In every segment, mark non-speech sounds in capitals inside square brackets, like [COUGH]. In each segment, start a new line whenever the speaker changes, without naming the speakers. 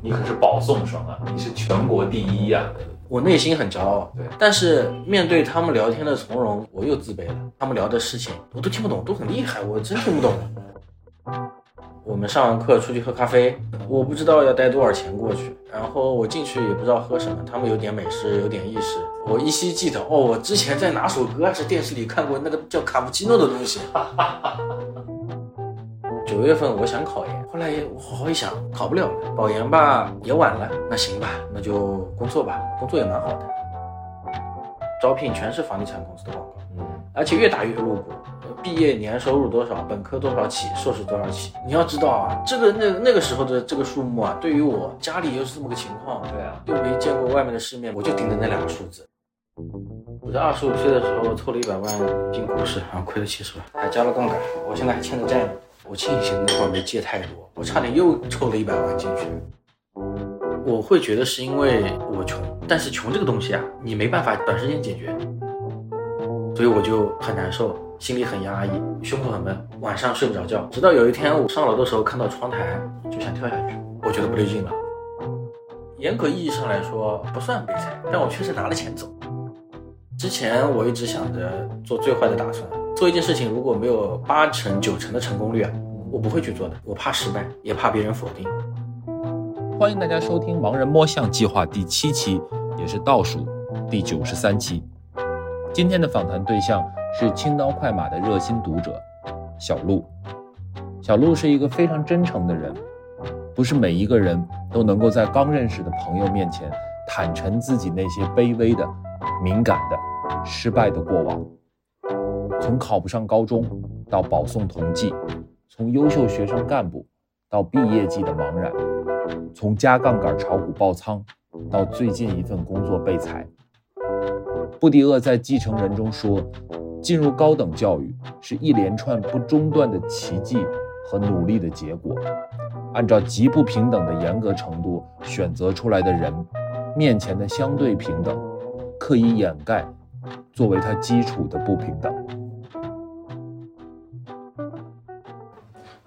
你可是保送生啊，你是全国第一啊呀、
我内心很骄傲，
对
但是面对他们聊天的从容，我又自卑了。他们聊的事情我都听不懂，都很厉害，我真听不懂。我们上完课出去喝咖啡，我不知道要带多少钱过去，然后我进去也不知道喝什么，他们有点美式，有点意式，我依稀记得哦，我之前在哪首歌还是电视里看过那个叫卡布奇诺的东西。九月份我想考研，后来也我好好一想，考不了了，保研吧也晚了，那行吧，那就工作吧，工作也蛮好的。招聘全是房地产公司的广告，
嗯，
而且越打越露骨。呃毕业年收入多少，本科多少起，硕士多少起？你要知道啊，这个那那个时候的这个数目啊，对于我家里又是这么个情况，
对啊，
又没见过外面的世面，我就盯着那两个数字。我在二十五岁的时候凑了一百万进股市，然后亏了七十万，还加了杠杆，我现在还欠着债呢。我庆幸那会儿没借太多，我差点又凑了一百万进去。我会觉得是因为我穷，但是穷这个东西啊，你没办法短时间解决，所以我就很难受，心里很压抑，胸口很闷，晚上睡不着觉。直到有一天我上楼的时候看到窗台，就想跳下去，我觉得不对劲了。严格意义上来说不算悲惨，但我确实拿了钱走。之前我一直想着做最坏的打算，做一件事情如果没有八成九成的成功率啊，我不会去做的，我怕失败，也怕别人否定。
欢迎大家收听《盲人摸象计划》第七期，也是倒数第九十三期。今天的访谈对象是青刀快马的热心读者小鹿。小鹿是一个非常真诚的人，不是每一个人都能够在刚认识的朋友面前坦诚自己那些卑微的、敏感的、失败的过往。从考不上高中到保送同济，从优秀学生干部到毕业季的茫然，从加杠杆炒股爆仓到最近一份工作被裁。布迪厄在《继承人》中说，进入高等教育是一连串不中断的奇迹和努力的结果。按照极不平等的严格程度选择出来的人，面前的相对平等，刻意掩盖作为它基础的不平等。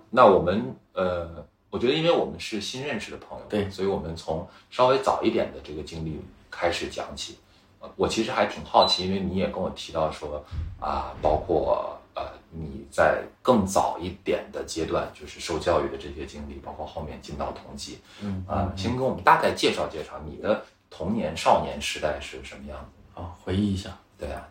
那我们呃，我觉得因为我们是新认识的朋友，
对
所以我们从稍微早一点的这个经历开始讲起。呃我其实还挺好奇，因为你也跟我提到说啊、包括呃你在更早一点的阶段，就是受教育的这些经历，包括后面进到同济
嗯
啊、先给我们大概介绍介绍你的童年少年时代是什么样子的？
啊，回忆一下，
对啊，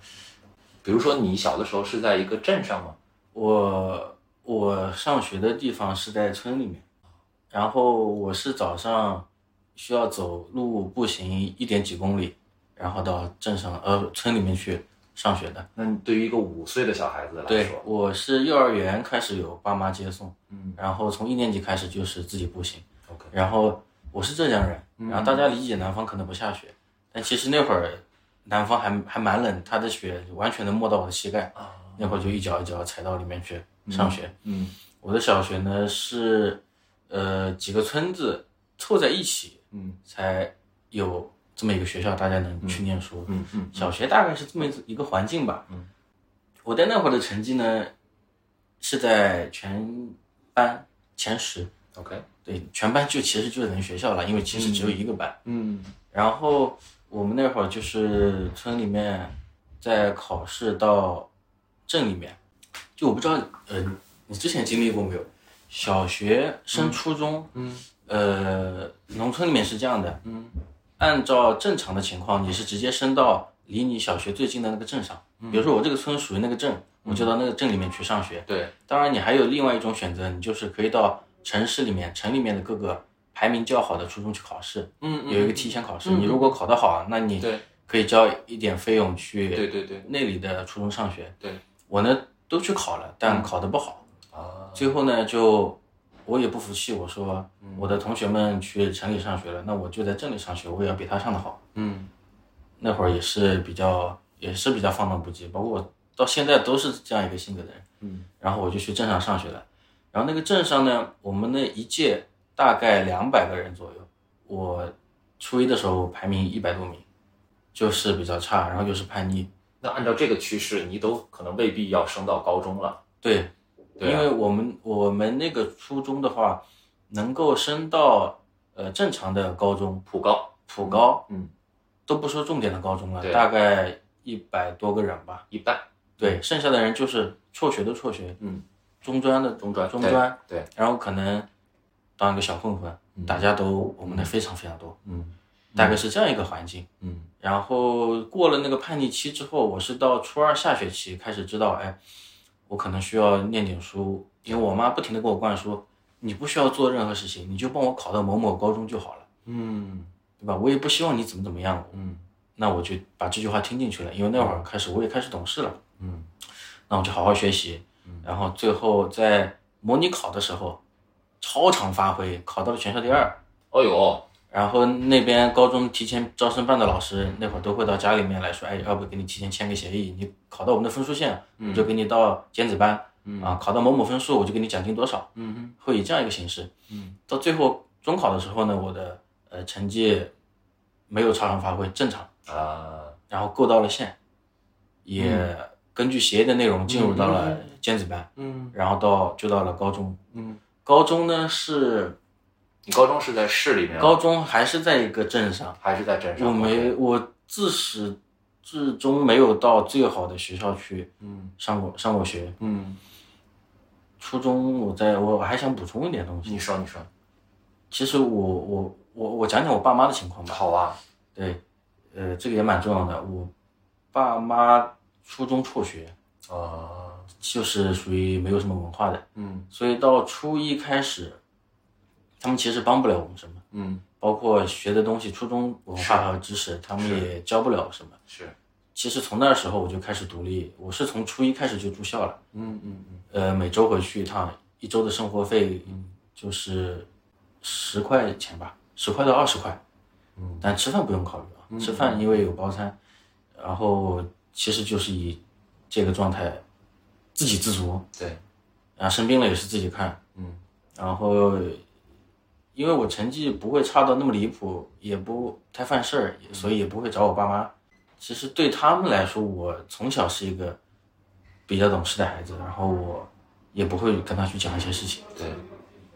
比如说你小的时候是在一个镇上吗？
我我上学的地方是在村里面，然后我是早上需要走路步行一点几公里，然后到镇上呃村里面去上学的。
那对于一个五岁的小孩子来
对
说，，
我是幼儿园开始有爸妈接送，
嗯
然后从一年级开始就是自己步行。
，OK，
然后我是浙江人，
嗯
然后大家理解南方可能不下雪，但其实那会儿南方还还蛮冷，它的雪完全能没到我的膝盖，
啊，
那会儿就一脚一脚踩到里面去上学。
嗯
我的小学呢是，呃，几个村子凑在一起
嗯
才有这么一个学校，大家能去念书。
嗯嗯
小学大概是这么一个环境吧。
嗯，
我在那会儿的成绩呢是在全班前十，
，OK，
对，全班就其实就是等于学校了，因为其实只有一个班。
嗯
然后我们那会儿就是村里面，在考试到镇里面，就我不知道，呃，你之前经历过没有？小学升初中，
嗯
呃，农村里面是这样的，
嗯
按照正常的情况，你是直接升到离你小学最近的那个镇上。
嗯
比如说我这个村属于那个镇，我就到那个镇里面去上学。
对，
当然，你还有另外一种选择，你就是可以到城市里面、城里面的各个排名较好的初中去考试。
嗯
有一个提前考试。
嗯
你如果考得好，那你
对
可以交一点费用去
对对对
那里的初中上学。
对嗯
我呢都去考了，但考得不好。
啊，
最后呢，就我也不服气，我说
嗯
我的同学们去城里上学了，那我就在镇里上学，我也要比他上的好。
嗯
那会儿也是比较也是比较放荡不羁，包括我到现在都是这样一个性格的人。
嗯
然后我就去镇上上学了。然后那个镇上呢，我们那一届大概两百个人左右。我初一的时候排名一百多名，就是比较差，然后又是叛逆。
那按照这个趋势，你都可能未必要升到高中了，
对，
对啊
因为我们我们那个初中的话，能够升到呃正常的高中
普高，
普高，
嗯，
都不说重点的高中了
对，
大概一百多个人吧。
一般
对，剩下的人就是辍学的辍学，
嗯，
中专的
中专
中专，
对对
然后可能当一个小混混，
嗯
打架斗殴们的非常非常多，
嗯
大概是这样一个环境。
嗯
然后过了那个叛逆期之后，我是到初二下学期开始知道，哎，我可能需要念点书，因为我妈不停的给我灌输，你不需要做任何事情，你就帮我考到某某高中就好了，
嗯
对吧？我也不希望你怎么怎么样，
嗯
那我就把这句话听进去了，因为那会儿开始我也开始懂事了，
嗯
那我就好好学习，然后最后在模拟考的时候超常发挥，考到了全校第二。
哦呦，
然后那边高中提前招生办的老师那会儿都会到家里面来说，哎，要不给你提前签个协议，你考到我们的分数线，我就给你到尖子班，
嗯
啊，考到某某分数我就给你奖金多少，
嗯哼
会以这样一个形式。
嗯
到最后中考的时候呢，我的呃成绩没有超常发挥，正常，
啊
然后够到了线，也根据协议的内容进入到了尖子班，
嗯
然后到就到了高中。
嗯，
高中呢是
你高中是在市里面吗，
高中还是在一个镇上。
还是在镇上？
我没，我自始至终没有到最好的学校去
嗯
上过上过学。
嗯，
初中我在我还想补充一点东西
你，说你说，
其实我我我我讲讲我爸妈的情况吧。
好啊，
对，呃，这个也蛮重要的。我爸妈初中辍学，
啊
就是属于没有什么文化的，
嗯
所以到初一开始，他们其实帮不了我们什么，
嗯
包括学的东西，初中文化和知识，他们
是
也教不了什么。
是，
其实从那时候我就开始独立，我是从初一开始就住校了，
嗯嗯嗯
呃，每周回去一趟，一周的生活费就是十块钱吧，十块到二十块，
嗯
但吃饭不用考虑啊，吃饭因为有包餐，然后其实就是以这个状态自给自足，
对，
然啊后生病了也是自己看，
嗯
然后因为我成绩不会差到那么离谱，也不太犯事儿，也所以也不会找我爸妈。其实对他们来说，我从小是一个比较懂事的孩子，然后我也不会跟他去讲一些事情，
对，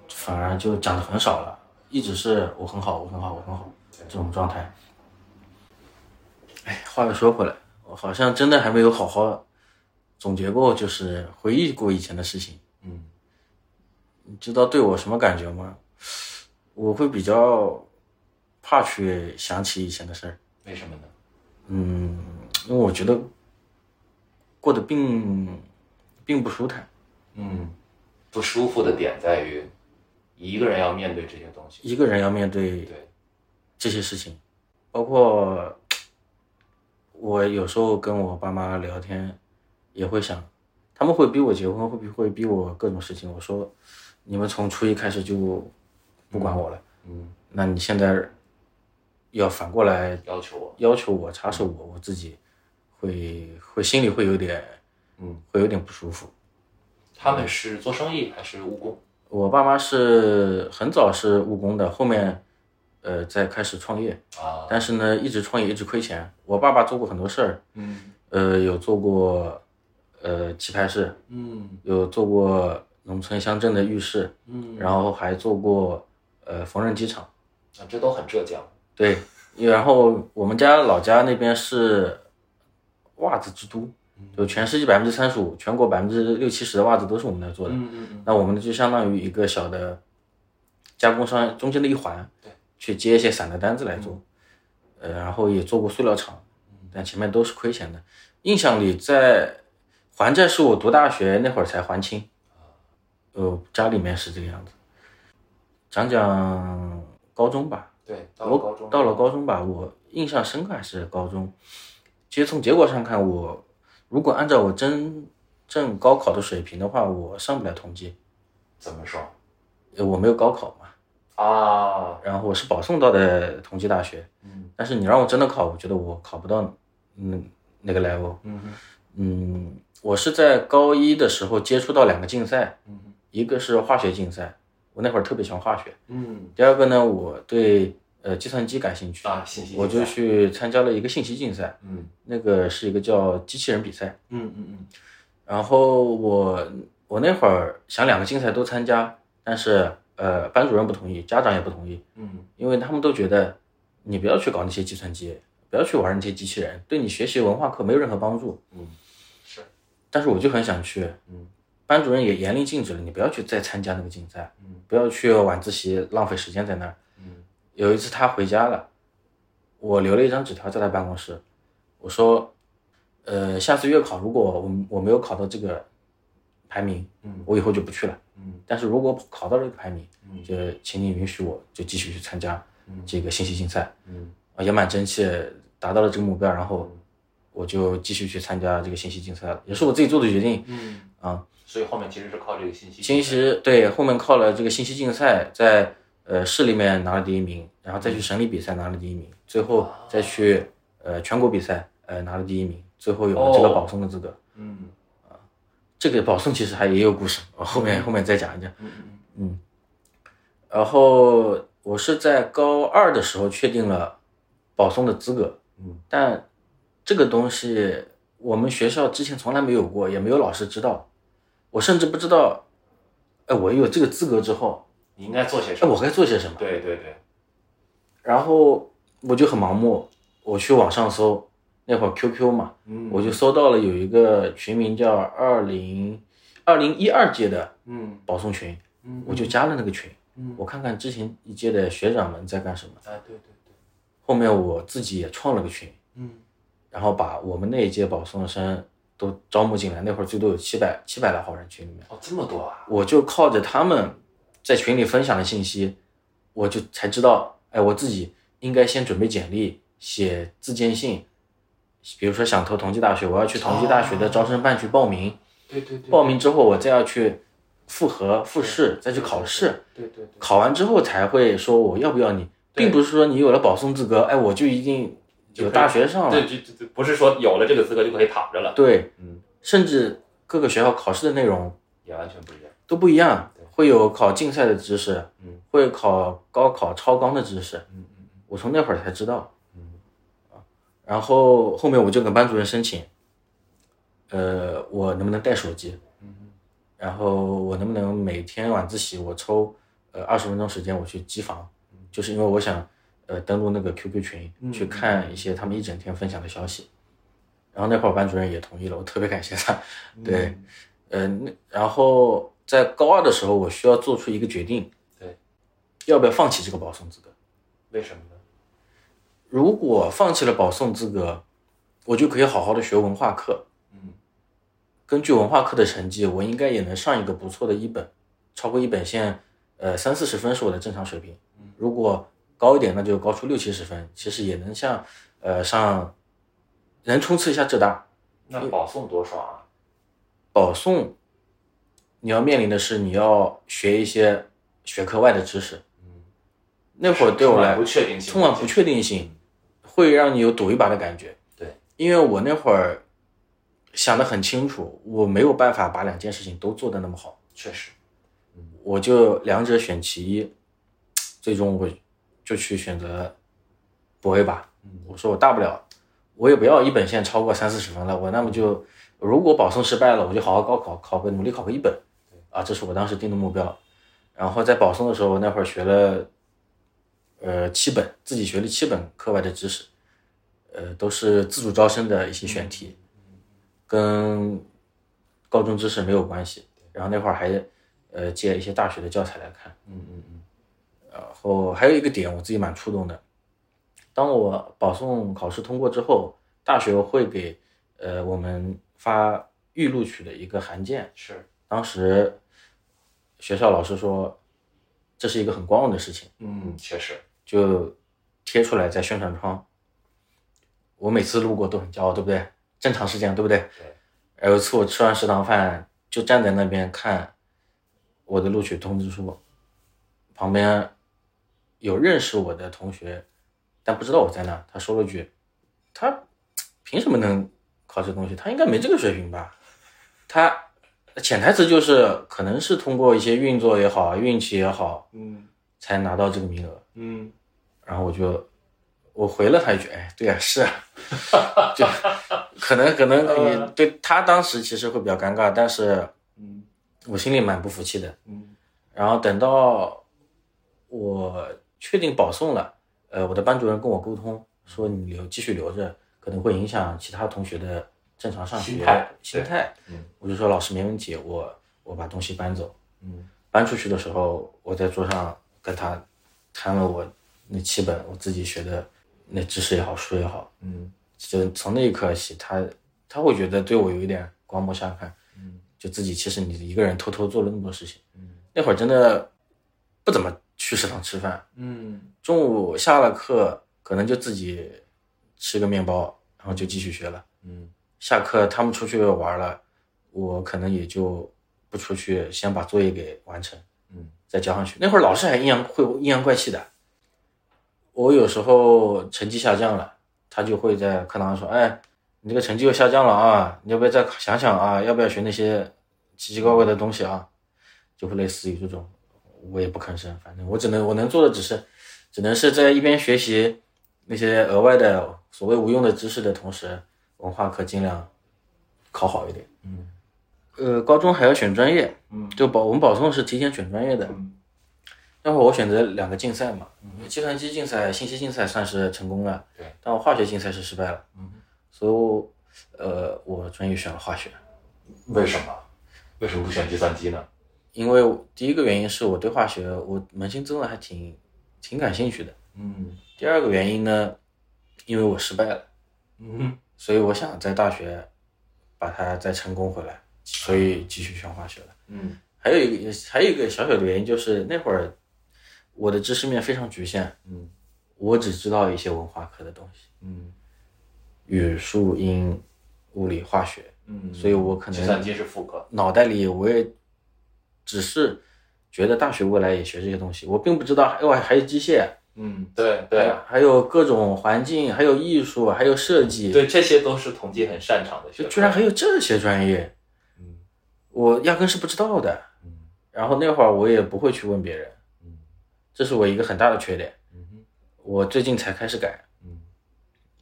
反而就讲的很少了，一直是我很好，我很好，我很好这种状态。哎，话又说回来，我好像真的还没有好好总结过，就是回忆过以前的事情。
嗯
你知道对我什么感觉吗？我会比较怕去想起以前的事儿，
为什么呢？
嗯，因为我觉得过得并并不舒坦。
嗯，不舒服的点在于，一个人要面对这些东西。
一个人要面对
对，
这些事情，包括我有时候跟我爸妈聊天，也会想，他们会逼我结婚，会不会逼我各种事情？我说，你们从初一开始就不管我了，
嗯，
那你现在要反过来
要求我，
要求我插手我，我自己会会心里会有点，
嗯，
会有点不舒服。
他们是做生意还是务工？
我爸妈是很早是务工的，后面呃再开始创业，
啊，
但是呢一直创业一直亏钱。我爸爸做过很多事儿，
嗯
呃有做过呃棋牌室，
嗯
有做过农村乡镇的浴室，
嗯，
然后还做过呃缝纫机厂。
啊这都很浙江。
对，然后我们家老家那边是袜子之都，
嗯
就全世界百分之三十五，全国百分之六七十的袜子都是我们那做的。
嗯嗯嗯，
那我们就相当于一个小的加工商中间的一环
对，嗯
去接一些散的单子来做。呃，然后也做过塑料厂，但前面都是亏钱的。印象里在还债是我读大学那会儿才还清，
啊
呃，家里面是这个样子。讲讲高中吧，
对，到了
我
高中，
到了高中吧，我印象深刻还是高中。其实从结果上看，我如果按照我真正高考的水平的话，我上不了同济，
怎么说
呃我没有高考嘛，
啊？
然后我是保送到的同济大学。
嗯
但是你让我真的考，我觉得我考不到那那个 level。
嗯哼
嗯，我是在高一的时候接触到两个竞赛，
嗯哼
一个是化学竞赛，我那会儿特别喜欢化学。
嗯
第二个呢，我对呃计算机感兴趣，
啊，信息
我就
竞赛
去参加了一个信息竞赛。
嗯
那个是一个叫机器人比赛。
嗯嗯
然后我我那会儿想两个竞赛都参加，但是呃，班主任不同意，家长也不同意，
嗯
因为他们都觉得你不要去搞那些计算机，不要去玩那些机器人，对你学习文化课没有任何帮助。
嗯，是，
但是我就很想去，
嗯
班主任也严令禁止了，你不要去再参加那个竞赛，
嗯
不要去晚自习浪费时间在那儿。
嗯
有一次他回家了，我留了一张纸条在他办公室，我说，呃，下次月考如果我我没有考到这个排名，
嗯
我以后就不去了。
嗯
但是如果考到这个排名，
嗯
就请你允许我就继续去参加
嗯
这个信息竞赛。
嗯
啊，也蛮争气，达到了这个目标，然后我就继续去参加这个信息竞赛了，也是我自己做的决定。
嗯
啊，
所以后面其实是靠这个信息，
信息对后面靠了这个信息竞赛，在呃市里面拿了第一名，然后再
嗯
去省里比赛拿了第一名，最
哦
后再去呃全国比赛呃拿了第一名，最后有了这个
哦
保送的资格。
嗯
这个保送其实还也有故事，我后面后面再讲一讲。
嗯嗯
然后我是在高二的时候确定了保送的资格，
嗯，
但这个东西我们学校之前从来没有过，也没有老师知道，我甚至不知道，哎，我有这个资格之后，
你应该做些什
哎，
么？
我该做些什么？
对对对，
然后我就很盲目，我去网上搜，那会儿 QQ 嘛，
嗯
我就搜到了有一个群名叫二零二零一二届的
嗯
保送群，
嗯
我就加了那个群，
嗯
我看看之前一届的学长们在干什么。
哎对对对，
后面我自己也创了个群，
嗯
然后把我们那一届保送生都招募进来，那会儿最多有七百七百来号人群里面，
哦这么多啊，
我就靠着他们在群里分享的信息，我就才知道，哎，我自己应该先准备简历，写自荐信，比如说想投同济大学，我要去同济大学
哦
的招生办去报名，
对对对，
报名之后我再要去复核复试，再去考试，
对对对，
考完之后才会说我要不要你，
对
并不是说你有了保送资格，哎，我就一定有大学上了，
对对对对，不是说有了这个资格就可以躺着了，
对，
嗯，
甚至各个学校考试的内容
也完全不一样，
都不一样
对，
会有考竞赛的知识，
嗯，
会考高考超纲的知识，
嗯嗯嗯
我从那会儿才知道，啊
嗯
然后后面我就跟班主任申请，呃，我能不能带手机，
嗯
然后我能不能每天晚自习我抽呃二十分钟时间我去机房，就是因为我想呃登录那个 QQ 群、
嗯
去看一些他们一整天分享的消息，然后那会儿班主任也同意了，我特别感谢他，
嗯
对。呃，那然后在高二的时候，我需要做出一个决定，
对，
要不要放弃这个保送资格？
为什么呢？
如果放弃了保送资格，我就可以好好的学文化课，
嗯
根据文化课的成绩，我应该也能上一个不错的一本，超过一本线，呃，三四十分是我的正常水平
嗯。
如果高一点，那就高出六七十分，其实也能像，呃，上，能冲刺一下浙大。
那保送多爽啊！
保送，你要面临的是你要学一些学科外的知识。
嗯，
那会儿对我来
充满不确定性，
充满不确定性，会让你有赌一把的感觉。
对，
因为我那会儿想得很清楚，我没有办法把两件事情都做得那么好，
确实，
我就两者选其一，最终我就去选择博 A 吧。
嗯
我说我大不了，我也不要一本线超过三四十分了，我那么就如果保送失败了，我就好好高考，考个努力考个一本，啊，这是我当时定的目标。然后在保送的时候，我那会儿学了，呃，七本，自己学了七本课外的知识，呃，都是自主招生的一些选题，跟高中知识没有关系。然后那会儿还呃借一些大学的教材来看。
嗯嗯嗯
然后还有一个点，我自己蛮触动的。当我保送考试通过之后，大学会给呃我们发预录取的一个函件。
是，
当时学校老师说，这是一个很光荣的事情，
嗯确实，
就贴出来在宣传窗。我每次路过都很骄傲，对不对？正常是这样，对不对？
对，
有一次我哎吃完食堂饭，就站在那边看我的录取通知书，旁边有认识我的同学，但不知道我在哪，他说了句：“他嘖凭什么能考这东西？他应该没这个水平吧？”他潜台词就是可能是通过一些运作也好、运气也好，
嗯
才拿到这个名额。
嗯
然后我就我回了他一句，哎，对呀、是啊， [LAUGHS] 就可能可能也对他当时其实会比较尴尬，但是
嗯
我心里蛮不服气的。
嗯
然后等到我确定保送了，呃，我的班主任跟我沟通说你留继续留着，可能会影响其他同学的正常上学
心态
心态
嗯
我就说老师没问题，我我把东西搬走。
嗯
搬出去的时候，我在桌上跟他谈了我那七本我自己学的那知识也好，书也好，
嗯
就从那一刻起，他他会觉得对我有一点刮目相看，
嗯
就自己其实你一个人偷偷做了那么多事情。
嗯
那会儿真的不怎么去食堂吃饭，
嗯
中午下了课可能就自己吃个面包，然后就继续学了。
嗯
下课他们出去玩了，我可能也就不出去，先把作业给完成。
嗯
再交上去。那会儿老师还阴阳会阴阳怪气的，我有时候成绩下降了，他就会在课堂上说：“哎，你这个成绩又下降了啊，你要不要再想想啊？要不要学那些奇奇怪怪的东西啊？”就会类似于这种，我也不吭声，反正我只能我能做的只是，只能是在一边学习那些额外的所谓无用的知识的同时，文化课尽量考好一点。
嗯
呃，高中还要选专业，
嗯
就保我们保送是提前选专业的，
嗯
那会儿我选择两个竞赛嘛，计算机竞赛、信息竞赛算是成功了，
对，
但我化学竞赛是失败了，
嗯，
所以我，呃，我专业选了化学，
为什么？为什么不选计算机呢？
因为我第一个原因是我对化学我扪心自问还挺挺感兴趣的，
嗯
第二个原因呢，因为我失败了，
嗯
所以我想在大学把它再成功回来，所以继续选化学了。
嗯
还有一个还有一个小小的原因就是那会儿我的知识面非常局限，
嗯
我只知道一些文化课的东西。
嗯
语数英、物理、化学，
嗯
所以我可
计算
能
机是副科。
脑袋里我也只是觉得大学未来也学这些东西，我并不知道还有还有机械，
嗯，对对
还有各种环境，还有艺术，还有设计，，
对，这些都是统计很擅长的学
就
科。
居然还有这些专业，
嗯
我压根是不知道的。
嗯
然后那会儿我也不会去问别人，
嗯
这是我一个很大的缺点。
嗯
我最近才开始改，
嗯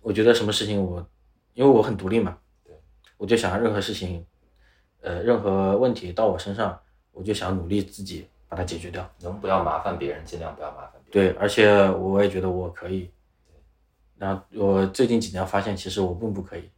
我觉得什么事情我，因为我很独立嘛，
对，
我就想任何事情，呃，任何问题到我身上，我就想努力自己把它解决掉。
能不要麻烦别人，尽量不要麻烦别人。
对，而且我也觉得我可以。然后我最近几年发现，其实我并不可以。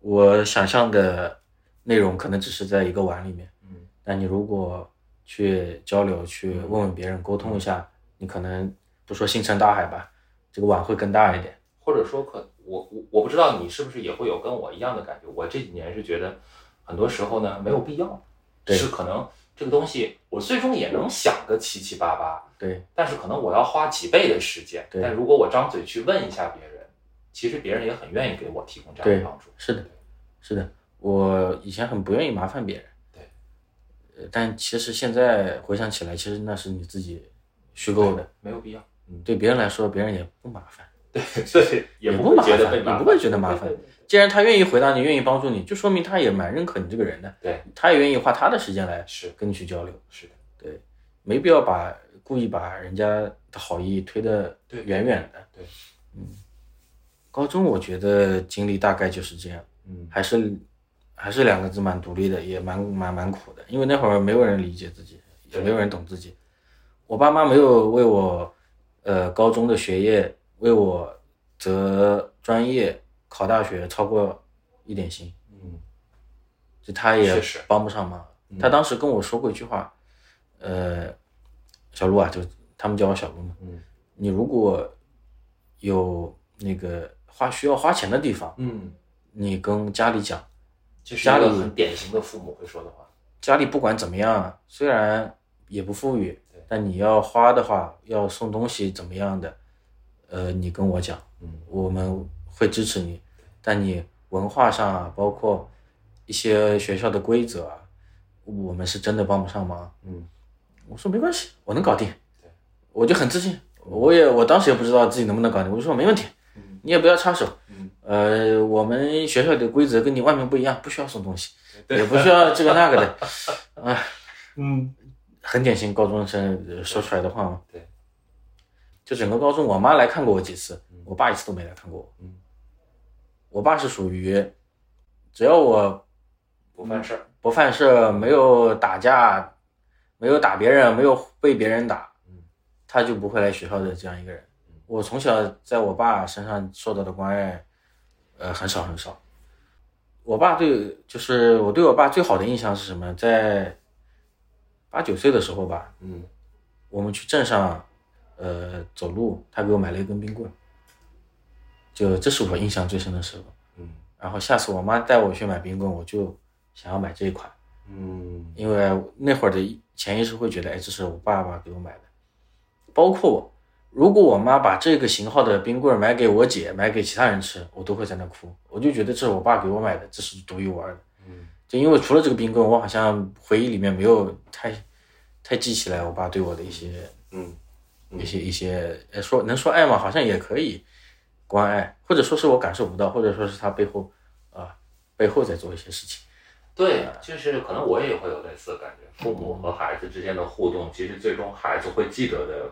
我想象的内容可能只是在一个碗里面，
嗯
但你如果去交流、去问问别人、沟通一下，你可能不说星辰大海吧，这个碗会更大一点。
或者说可我我我不知道你是不是也会有跟我一样的感觉。我这几年是觉得很多时候呢没有必要，
对
是可能这个东西我最终也能想个七七八八，
对
但是可能我要花几倍的时间。
对
但如果我张嘴去问一下别人，其实别人也很愿意给我提供这样
对
的帮助。
是的是的，我以前很不愿意麻烦别人，
对
呃，但其实现在回想起来，其实那是你自己虚构的。嗯
没有必
[LAUGHS]
要。
对别人来说，别人也不麻烦，
对， [LAUGHS] 也
也
不
不
会
麻
觉得
烦，
被
也
麻
不会觉得麻烦。既然他愿意回答你，愿意帮助你，就说明他也蛮认可你这个人的，
对，
他也愿意花他的时间来
是
跟你去交流，
是的，
没必要把故意把人家的好意推得
对
远远的。
对
嗯，高中我觉得经历大概就是这样。
嗯
还是还是两个字蛮独立的，也蛮蛮蛮苦的，因为那会儿没有人理解自己，也没有人懂自己。我爸妈没有为我，呃，高中的学业为我择专业考大学操过一点心，
嗯
就他也
确实嗯
帮不上忙。他当时跟我说过一句话，呃，小鹿啊，就他们叫我小鹿嘛，
嗯
你如果有那个花需要花钱的地方，
嗯，
你跟家里讲。
这是一个很典型的父母会说的话。
家里不管怎么样，虽然也不富裕
对，
但你要花的话，要送东西怎么样的，呃，你跟我讲，
嗯
我们会支持你。但你文化上啊，包括一些学校的规则啊，我们是真的帮不上忙。
嗯
我说没关系，我能搞定
对，
我就很自信。我也我当时也不知道自己能不能搞定，我就说没问题，
嗯
你也不要插手。
嗯，
呃，我们学校的规则跟你外面不一样，不需要送东西，也不需要这个那个
[LAUGHS]
的。
嗯
很典型高中生呃说出来的话嘛。
对，
就整个高中，我妈来看过我几次，我爸一次都没来看过我。
嗯，
我爸是属于，只要我
不犯事儿。
不犯事，没有打架，没有打别人，没有被别人打，
嗯
他就不会来学校的这样一个人。我从小在我爸身上受到的关爱，呃，很少很少。我爸对，就是我对我爸最好的印象是什么？在八九岁的时候吧，
嗯，
我们去镇上，呃，走路，他给我买了一根冰棍，就这是我印象最深的时候。
嗯
然后下次我妈带我去买冰棍，我就想要买这一款，
嗯
因为那会儿的潜意识会觉得，哎，这是我爸爸给我买的。包括我，如果我妈把这个型号的冰棍买给我姐、买给其他人吃，我都会在那哭，我就觉得这是我爸给我买的，这是独一无二的。
嗯，
就因为除了这个冰棍，我好像回忆里面没有太太记起来我爸对我的一些
嗯
一些一些，呃说能说爱吗？好像也可以关爱，或者说是我感受不到，或者说是他背后啊、背后在做一些事情。
对，啊就是可能我也会有类似的感觉。父母和孩子之间的互动，其实最终孩子会记得的，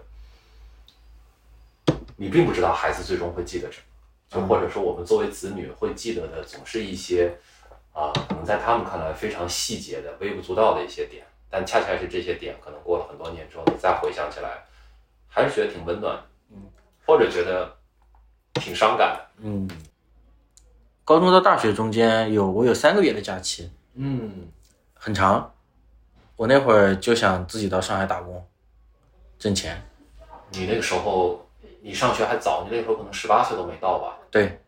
你并不知道孩子最终会记得什么。就或者说，我们作为子女会记得的，总是一些啊、可能在他们看来非常细节的、微不足道的一些点，但恰恰是这些点，可能过了很多年之后，你再回想起来，还是觉得挺温暖，
嗯，
或者觉得挺伤感的，
嗯，高中到大学中间有我有三个月的假期，
嗯
很长。我那会儿就想自己到上海打工，挣钱。
你那个时候，你上学还早，你那时候可能十八岁都没到吧？
对，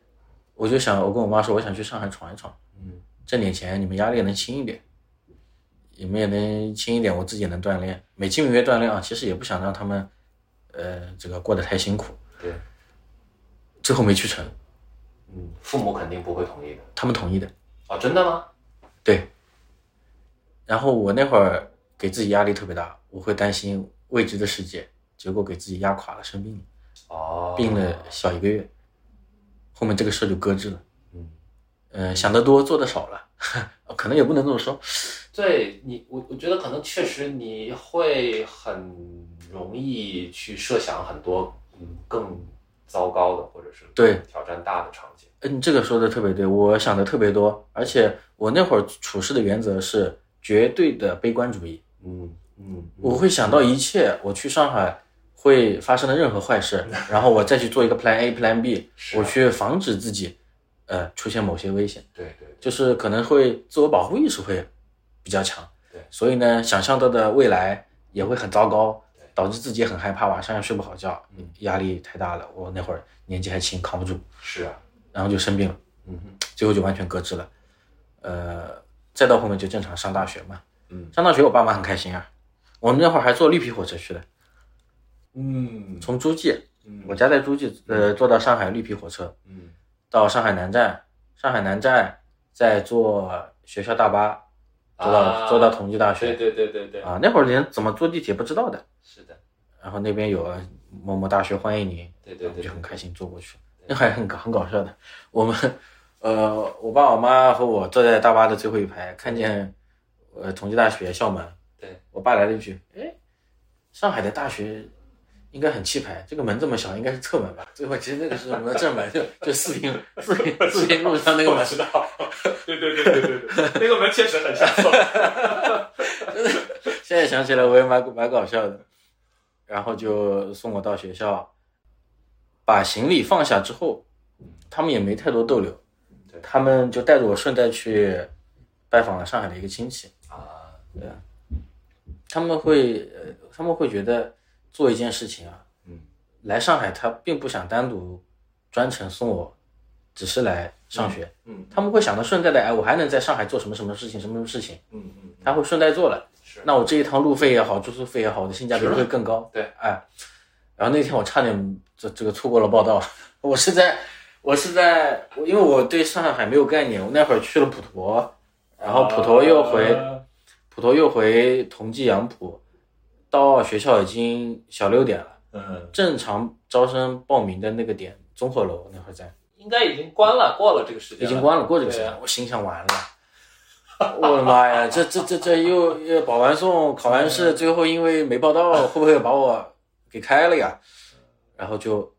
我就想，我跟我妈说，我想去上海闯一闯，
嗯
挣点钱，你们压力也能轻一点，你们也能轻一点，我自己也能锻炼，美其名曰锻炼啊，其实也不想让他们，呃，这个过得太辛苦。，
对，
最后没去成，
嗯，父母肯定不会同意的。
他们同意的。
哦，真的吗？
对。然后我那会儿给自己压力特别大，我会担心未知的世界，结果给自己压垮了，生病了。
哦，
病了小一个月，后面这个事儿就搁置了。
嗯，
呃，想得多，做的少了， [LAUGHS] 可能也不能这么说。
对你，我我觉得可能确实你会很容易去设想很多嗯更糟糕的或者是
对
挑战大的场景。
嗯，这个说的特别对，我想的特别多，而且我那会儿处事的原则是绝对的悲观主义，
嗯嗯，
我会想到一切我去上海会发生的任何
[LAUGHS]
坏事，然后我再去做一个 Plan A、Plan B，
是啊
我去防止自己呃出现某些危险。
对对对，
就是可能会自我保护意识会比较强，
对
所以呢，想象到的未来也会很糟糕
对，
导致自己也很害怕，晚上也睡不好觉，
嗯
压力太大了。我那会儿年纪还轻，扛不住，
是啊，
然后就生病了，
嗯哼，
最后就完全搁置了。呃，再到后面就正常上大学嘛，
嗯
上大学我爸妈很开心啊，我们那会儿还坐绿皮火车去的，
嗯
从诸暨，
嗯
我家在诸暨，呃，坐到上海绿皮火车，
嗯
到上海南站，上海南站再坐学校大巴。坐到、
啊
坐到同济大学，
对对对对对，
啊，那会儿连怎么坐地铁不知道的。
是的，
然后那边有啊某某大学欢迎你，
对对
我们
对
就很
对
开心坐过去。那还很搞很搞笑的，我们呃，我爸我妈和我坐在大巴的最后一排，看见呃同济大学校门，
对，
我爸来了一句：“哎，上海的大学应该很气派，这个门这么小，应该是侧门吧？”最后其实那个是我们的正门，就就四平四平四平路上那个
我
门，
知道，对对对对对对，那个门确实很像错。
现在想起来我也蛮蛮搞笑的。然后就送我到学校，把行李放下之后，他们也没太多逗留
对，
他们就带着我顺带去拜访了上海的一个亲戚。
啊，
他们会呃，他们会觉得做一件事情啊，
嗯，
来上海他并不想单独专程送我，只是来上学，
嗯
他们会想到顺带的，哎，我还能在上海做什么什么事情，什么什么事情，
嗯嗯，
他会顺带做了。
是
那我这一趟路费也好，住宿费也好，我的性价比
是
会更高。
对
哎，然后那天我差点这这个错过了报道， [LAUGHS] 我是在我是在我因为我对上海没有概念，我那会儿去了普陀，然后普陀又回、
啊
普陀又回同济杨浦，到学校已经小六点了，
嗯，
正常招生报名的那个点综合楼那会儿在。
应该已经关了，过了这个时间，
已经关了，过这个时
对
间
啊，
我心想完了， [LAUGHS] 我的妈呀，这这这这又又保完送，考完
嗯
试，最后因为没报到，
[LAUGHS]
会不会把我给开了呀？然后就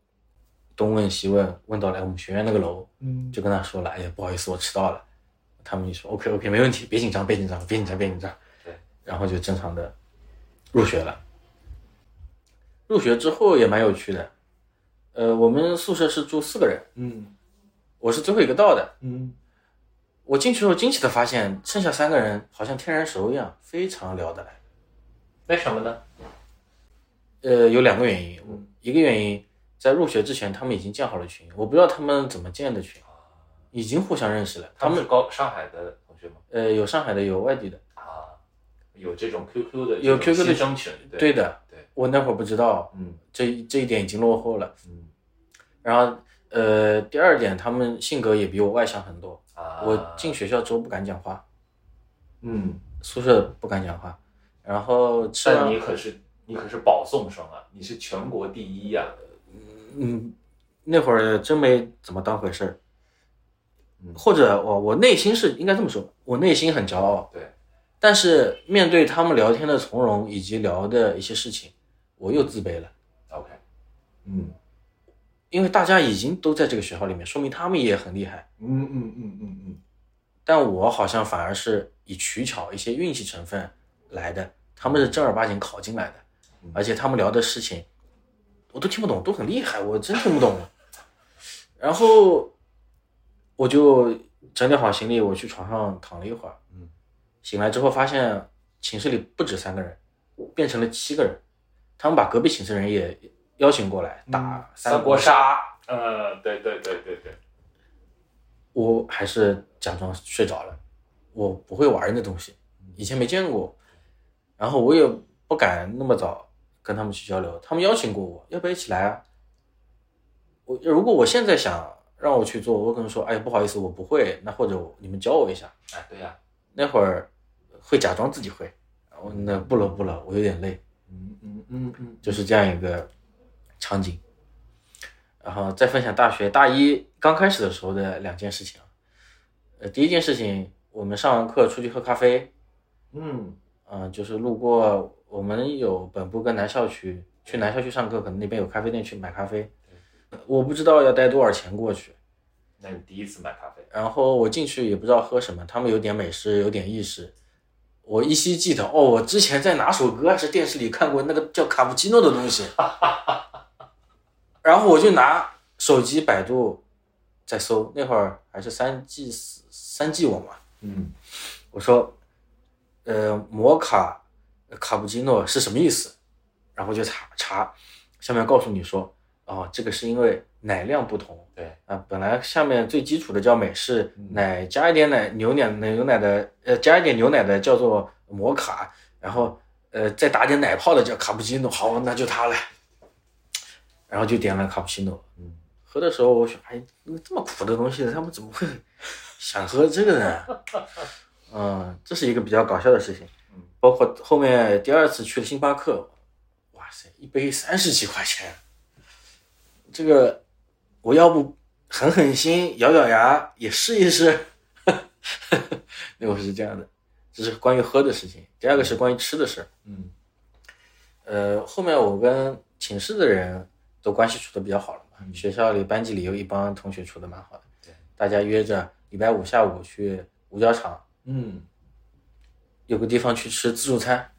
东问西问，问到了我们学院那个楼，
嗯
就跟他说了，哎呀，不好意思，我迟到了。他们就说 OK OK，没问题，别紧张，别紧张，别紧张，别紧张。
对，
然后就正常的入学了。入学之后也蛮有趣的。呃，我们宿舍是住四个人，
嗯
我是最后一个到的。
嗯，
我进去后惊喜的发现，剩下三个人好像天然熟一样，非常聊得来。
为什么呢？
呃，有两个原因
嗯，
一个原因在入学之前他们已经建好了群，我不知道他们怎么建的
啊
群，已经互相认识了。
他
他
们
们
是高上海的同学吗？
呃有上海的，有外地的。
啊，有这种 QQ 的
有
这种
QQ 的
新生群，对
对的，
对，
我那会儿不知道，
嗯
这这一点已经落后了。
嗯
然后呃，第二点，他们性格也比我外向很多。
啊，
我进学校之后不敢讲话，
嗯，
宿舍不敢讲话，然后吃
但
完
你可是啊你可是保送生啊，你是全国第一啊呀、
嗯，那会儿真没怎么当回事儿
嗯，
或者我我内心是应该这么说，我内心很骄傲，
对，
但是面对他们聊天的从容以及聊的一些事情，我又自卑了，
，OK，嗯
因为大家已经都在这个学校里面，说明他们也很厉害，
嗯嗯嗯嗯嗯，
但我好像反而是以取巧一些运气成分来的，他们是正儿八经考进来的
嗯，
而且他们聊的事情我都听不懂，都很厉害，我真听不懂。然后我就整理好行李，我去床上躺了一会儿，
嗯，
醒来之后发现寝室里不止三个人，变成了七个人，他们把隔壁寝室人也邀请过来打
三
国
国，杀，呃，嗯对对对对对，
我还是假装睡着了，我不会玩那东西，以前没见过，然后我也不敢那么早跟他们去交流，他们邀请过我，要不要一起来啊？我如果我现在想让我去做，我可能说，哎，不好意思，我不会，那或者我你们教我一下。
哎，对呀、
那会儿会假装自己会，我那不了不了，我有点累，
嗯嗯嗯嗯，
就是这样一个场景。然后再分享大学大一刚开始的时候的两件事情啊，呃，第一件事情，我们上完课出去喝咖啡，
嗯
嗯、就是路过我们有本部跟南校区，去南校区上课，可能那边有咖啡店去买咖啡，我不知道要带多少钱过去，
那你第一次买咖啡，
然后我进去也不知道喝什么，他们有点美式，有点意式。我依稀记得，哦，我之前在哪首歌还是电视里看过那个叫卡布奇诺的东西，然后我就拿手机百度在搜，那会儿还是三 G 三 G 网嘛，
嗯
我说，呃，摩卡卡布奇诺是什么意思？然后就查查，下面告诉你说，哦，这个是因为奶量不同，
对，
啊，本来下面最基础的叫美式
嗯
奶，加一点奶牛奶奶牛奶的，呃，加一点牛奶的叫做摩卡，然后呃再打点奶泡的叫卡布奇诺，好，那就它了。然后就点了卡布奇诺，
嗯
喝的时候我想，哎，这么苦的东西，他们怎么
[LAUGHS]
会想喝这个呢？嗯，这是一个比较搞笑的事情
嗯。
包括后面第二次去了星巴克，哇塞，一杯三十几块钱，这个我要不狠狠心，咬咬牙也试一试。 [LAUGHS] 那我是这样的，这是关于喝的事情。第二个是关于吃的事儿。
嗯
呃，后面我跟寝室的人都关系处的比较好了嘛，学校里班级里有一帮同学处的蛮好的，
嗯对，
大家约着礼拜五下午去五角场
嗯
有个地方去吃自助餐，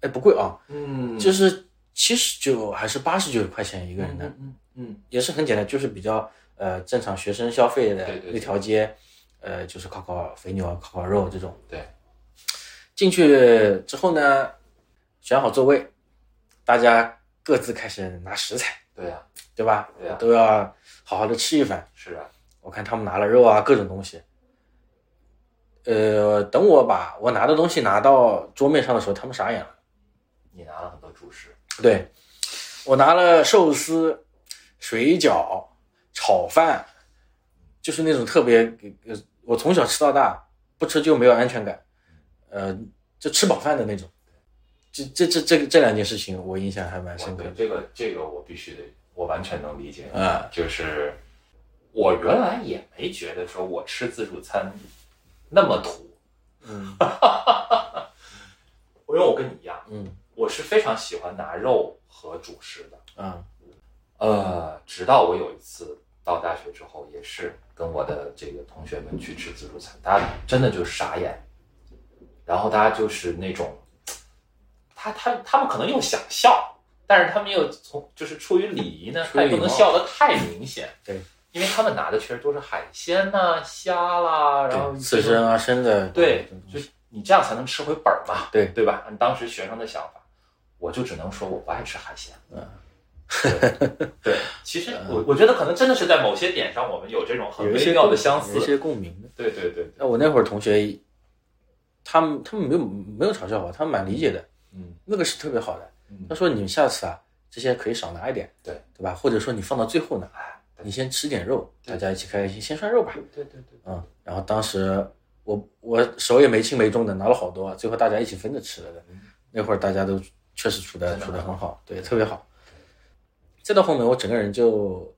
哎，不贵啊，
嗯
就是是七十九还是八十九块钱一个人的，
嗯嗯
也是很简单，就是比较呃正常学生消费的
对对对
那条街，呃，就是烤烤肥牛、啊烤烤肉这种。
对，
进去之后呢，选好座位，大家各自开始拿食材，
对呀、
对吧？
对啊
都要好好的吃一番。
是啊，
我看他们拿了肉啊，各种东西。呃，等我把我拿的东西拿到桌面上的时候，他们傻眼了。
你拿了很多主食，
对，我拿了寿司、水饺、炒饭，就是那种特别，呃，我从小吃到大，不吃就没有安全感，呃，就吃饱饭的那种。这这这这这两件事情，我印象还蛮
我
深刻
啊对这
的。
个这个我必须得，我完全能理解。
啊，
就是我原来也没觉得说我吃自助餐那么土，
嗯
[LAUGHS] 因为我跟你一样，
嗯
我是非常喜欢拿肉和主食的。
啊
呃，直到我有一次到大学之后，也是跟我的这个同学们去吃自助餐，大家真的就是傻眼，然后大家就是那种，他他他们可能又想笑，但是他们又从就是出于礼仪呢，
出
他也
于
不
礼
能
貌
笑得太明显。
对，
因为他们拿的确实都是海鲜呐、虾啦，然后
对，刺身啊，生的，
对，就是你这样才能吃回本儿嘛，
对
对吧？按当时学生的想法，我就只能说我不爱吃海鲜。
嗯
对，对，其实我我觉得可能真的是在某些点上，我们有这种很
有一
微
些
妙的
共
相
有一
似。
些共鸣的。
对对对，
那我那会儿同学，他们他们没有没有嘲笑我，他们蛮理解的，
嗯
那个是特别好的。他
嗯，
说你们下次啊，这些可以少拿一点，
对
对吧？或者说你放到最后拿，
对
你先吃点肉，
对
大家一起开开心，先涮肉吧。
哎对对对，
嗯，然后当时我我手也没轻没重的拿了好多，啊最后大家一起分着吃了的
嗯。
那会儿大家都确实处的
真的
处的
很
很好，对，特别好。再到后面，我整个人就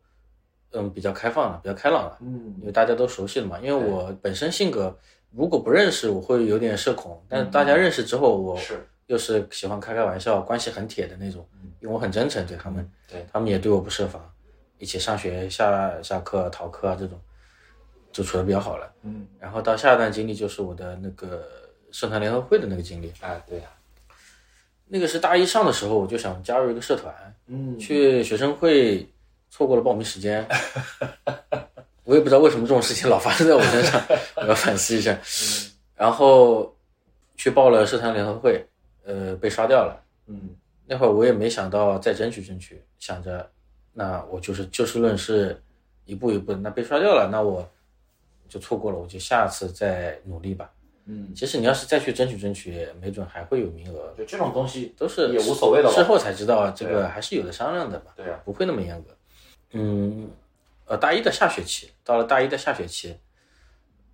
嗯比较开放了，比较开朗了，因为
嗯，
大家都熟悉了嘛。因为
对
我本身性格如果不认识，我会有点社恐，但是
嗯
大家认识之后，我
是，
又是喜欢开开玩笑，关系很铁的那种
嗯，
因为我很真诚对他们，
对，
他们也对我不设防，一起上学、下下课、逃课啊这种，就处的比较好了。
嗯，
然后到下一段经历就是我的那个社团联合会的那个经历，
哎，对呀，
那个是大一上的时候我就想加入一个
[LAUGHS]
社团，
嗯，
去学生会错过了报名时间，我也不知道为什么这种事情老发生在我身上， [LAUGHS] 我要反思一下。
嗯
然后去报了社团联合会，呃，被刷掉了。
嗯
那会儿我也没想到再争取争取，想着那我就是就事论事，一步一步的。那被刷掉了，那我就错过了，我就下次再努力吧。
嗯，
其实你要是再去争取争取，没准还会有名额，
就这种东西
都是
也无所谓的
事
了。
后才知道这
对
个还是有的商量的嘛，
对呀，
不会那么严格。嗯，呃，大一的下学期，到了大一的下学期，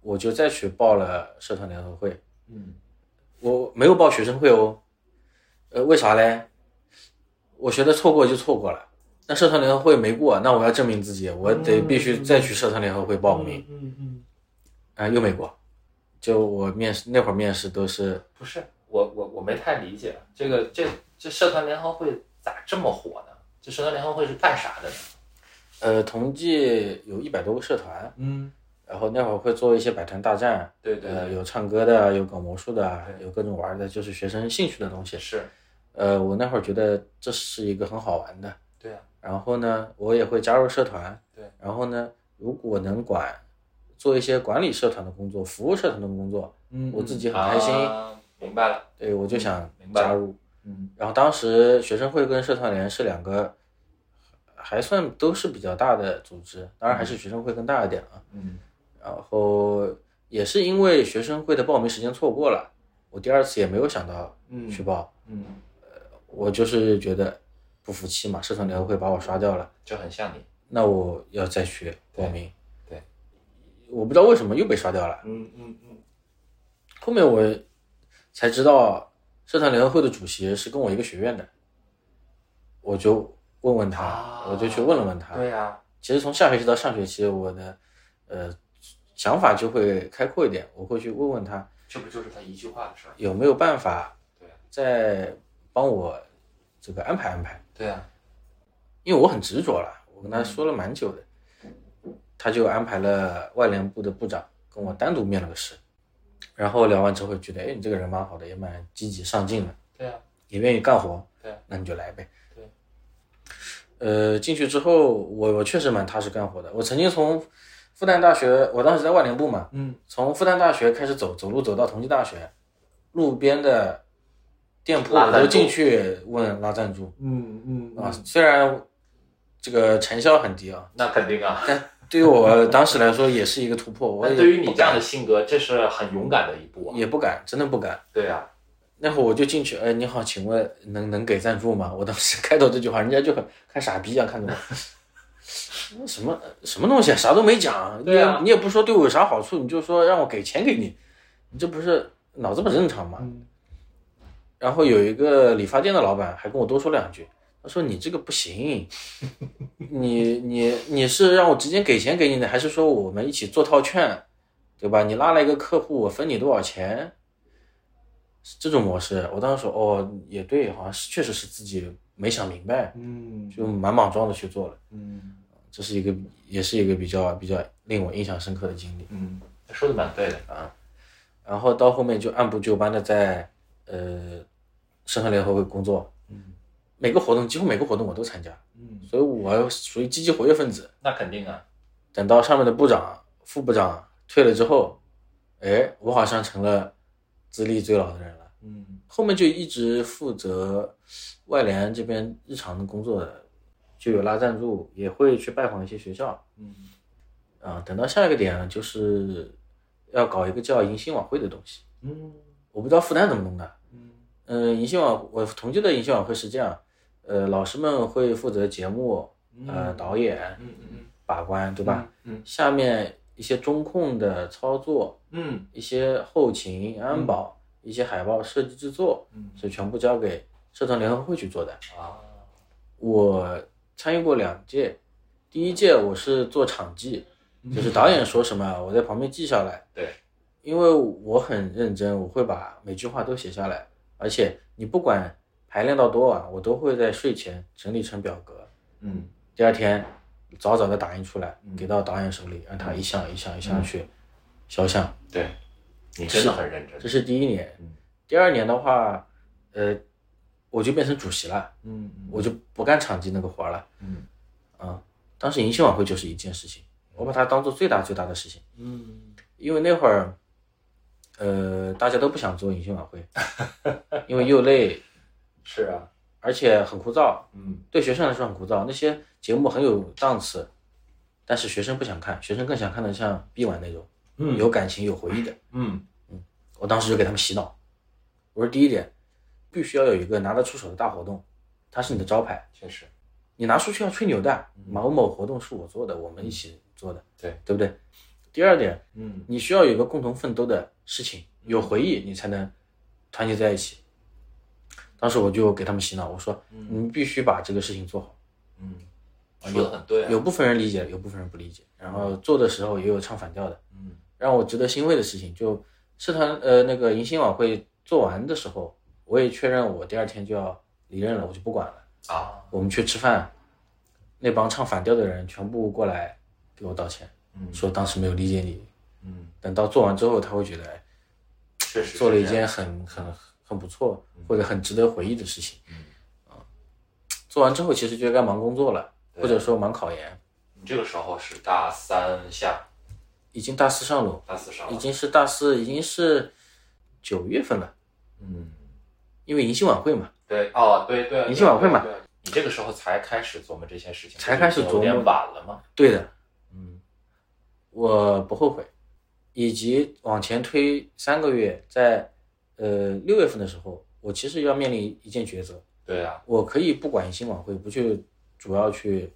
我就再去报了社团联合会，
嗯
我没有报学生会哦，呃，为啥嘞？我觉得错过就错过了，那社团联合会没过，那我要证明自己，我得必须再去社团联合会报名
嗯嗯嗯，
啊、又没过。就我面试那会儿面试都是
不是，我我我没太理解这个这这社团联合会咋这么火呢？这社团联合会是干啥的呢？
呃，同济有一百多个社团，
嗯，
然后那会儿会做一些百团大战，
对对
呃，
对，
有唱歌的，有搞魔术的，
对
有各种玩的，就是学生兴趣的东西
也。是，
呃，我那会儿觉得这是一个很好玩的，
对啊，
然后呢，我也会加入社团，
对，
然后呢，如果能管做一些管理社团的工作、服务社团的工作，
嗯
我自己很开心
啊明白了，
对我就想
明白
加入。
嗯
然后当时学生会跟社团联是两个，还算都是比较大的组织，当然还是学生会更大一点啊。
嗯
然后也是因为学生会的报名时间错过了，我第二次也没有想到
嗯
去报，
嗯，
我就是觉得不服气嘛，社团联会把我刷掉了。
就很像你，
那我要再去报名。
对对
我不知道为什么又被刷掉了。
嗯嗯嗯，
后面我才知道，社团联合会的主席是跟我一个学院的，我就问问他，
啊
我就去问了问他。
对呀，
其实从下学期到上学期，我的呃想法就会开阔一点，我会去问问他
这不就是他一句话的事儿？
有没有办法
对啊
再帮我这个安排安排。
对呀，
因为我很执着了，我跟他说了蛮久的，他就安排了外联部的部长跟我单独面了个试，然后聊完之后觉得，哎，你这个人蛮好的，也蛮积极上进的，
对呀，
也愿意干活，
对
那你就来呗。
对，
呃，进去之后，我我确实蛮踏实干活的。我曾经从复旦大学，我当时在外联部嘛，
嗯，
从复旦大学开始走，走路走到同济大学，路边的店铺
拉赞
我
助
都进去问拉赞助
嗯
啊，，虽然这个成效很低啊，
那肯定啊。
但对于我当时来说也是一个突破，我
那
也嗯
对于你
不
这样
敢
的性格，这是很勇敢的一步啊。
也不敢，真的不敢。
对啊呀，
那会儿我就进去，哎，你好，请问能能给赞助吗？我 [LAUGHS] 当时开头这句话，人家就很看傻逼一样看着我， [LAUGHS] 什么什么东西啊，啥都没讲，你
对啊
也你也不说对我有啥好处，你就说让我给钱给你，你这不是脑子不正常吗？
嗯
然后有一个理发店的老板还跟我多说两句，他说你这个不行，你你你是让我直接给钱给你呢，还是说我们一起做套券，对吧？你拉了一个客户，我分你多少钱？是这种模式，我当时说哦，也对，好像是确实是自己没想明白，
嗯
就蛮莽撞的去做了。
嗯
这是一个，也是一个比较比较令我印象深刻的经历。
嗯，说的蛮对的。
然后到后面就按部就班的在呃，社团联合会工作，
嗯
每个活动几乎每个活动我都参加，
嗯，
所以我属于积极活跃分子。
那肯定啊，
等到上面的部长、副部长退了之后，哎，我好像成了资历最老的人了。
嗯，
后面就一直负责外联这边日常的工作的，就有拉赞助，也会去拜访一些学校
嗯，
啊。等到下一个点就是要搞一个叫迎新晚会的东西，
嗯，
我不知道复旦怎么弄的。
嗯，
嗯，迎新晚我同届的迎新晚会是这样，呃，老师们会负责节目、呃导演、
嗯嗯
把关，
嗯，
对吧？？
嗯
下面一些中控的操作，
嗯
一些后勤、安保、一些海报设计制作，
嗯
是全部交给社团联合会去做的。
啊，
我参与过两届，第一届我是做场记，就是导演说什么，我在旁边记下来。
对，
因为我很认真，我会把每句话都写下来，而且你不管排练到多晚，我都会在睡前整理成表格，
嗯
第二天早早的打印出来
嗯，
给到导演手里，让他一项一项一项
嗯
去肖像。
对，你真的很认真，
这是第一年
嗯。
第二年的话，呃，我就变成主席了，
嗯嗯
我就不干场记那个活儿了。
嗯
啊，当时迎新晚会就是一件事情，我把它当做最大最大的事情，
嗯
因为那会儿，呃，大家都不想做迎新晚会， [LAUGHS] 因为又累，
是啊，
而且很枯燥，
嗯
对学生来说很枯燥。那些节目很有档次，但是学生不想看，学生更想看的像 B 晚那种
嗯
有感情、有回忆的。
嗯
我当时就给他们洗脑，我说第一点，必须要有一个拿得出手的大活动，它是你的招牌，
确实
你拿出去要吹牛的。某某活动是我做的，我们一起做的，
嗯对
对不对？第二点，
嗯
你需要有一个共同奋斗的事情，有回忆，你才能团结在一起。当时我就给他们洗脑，我说
嗯
你们必须把这个事情做好。
嗯，说的很对啊，
有部分人理解，有部分人不理解，然后做的时候也有唱反调的。
嗯
让我值得欣慰的事情，就社团呃那个迎新晚会做完的时候，我也确认我第二天就要离任了，我就不管了。
啊
我们去吃饭，那帮唱反调的人全部过来给我道歉，
嗯
说当时没有理解你。
嗯
等到做完之后，他会觉得哎
确实
做了一件很很很不错或者很值得回忆的事情。
嗯
啊，做完之后其实就该忙工作了，
对啊
或者说忙考研，
你这个时候是大三下
已经大四上路，
大四上
已经是大四，已经是九月份了，
嗯
因为迎新晚会嘛。
对哦对对
迎新晚会嘛，
对对你这个时候才开始琢磨这些事情，
才开始
不
琢
就
磨
有点晚了嘛，
对的，
嗯
我不后悔，以及往前推三个月，在呃六月份的时候，我其实要面临一件抉择，
对啊
我可以不管迎新晚会，不去主要去，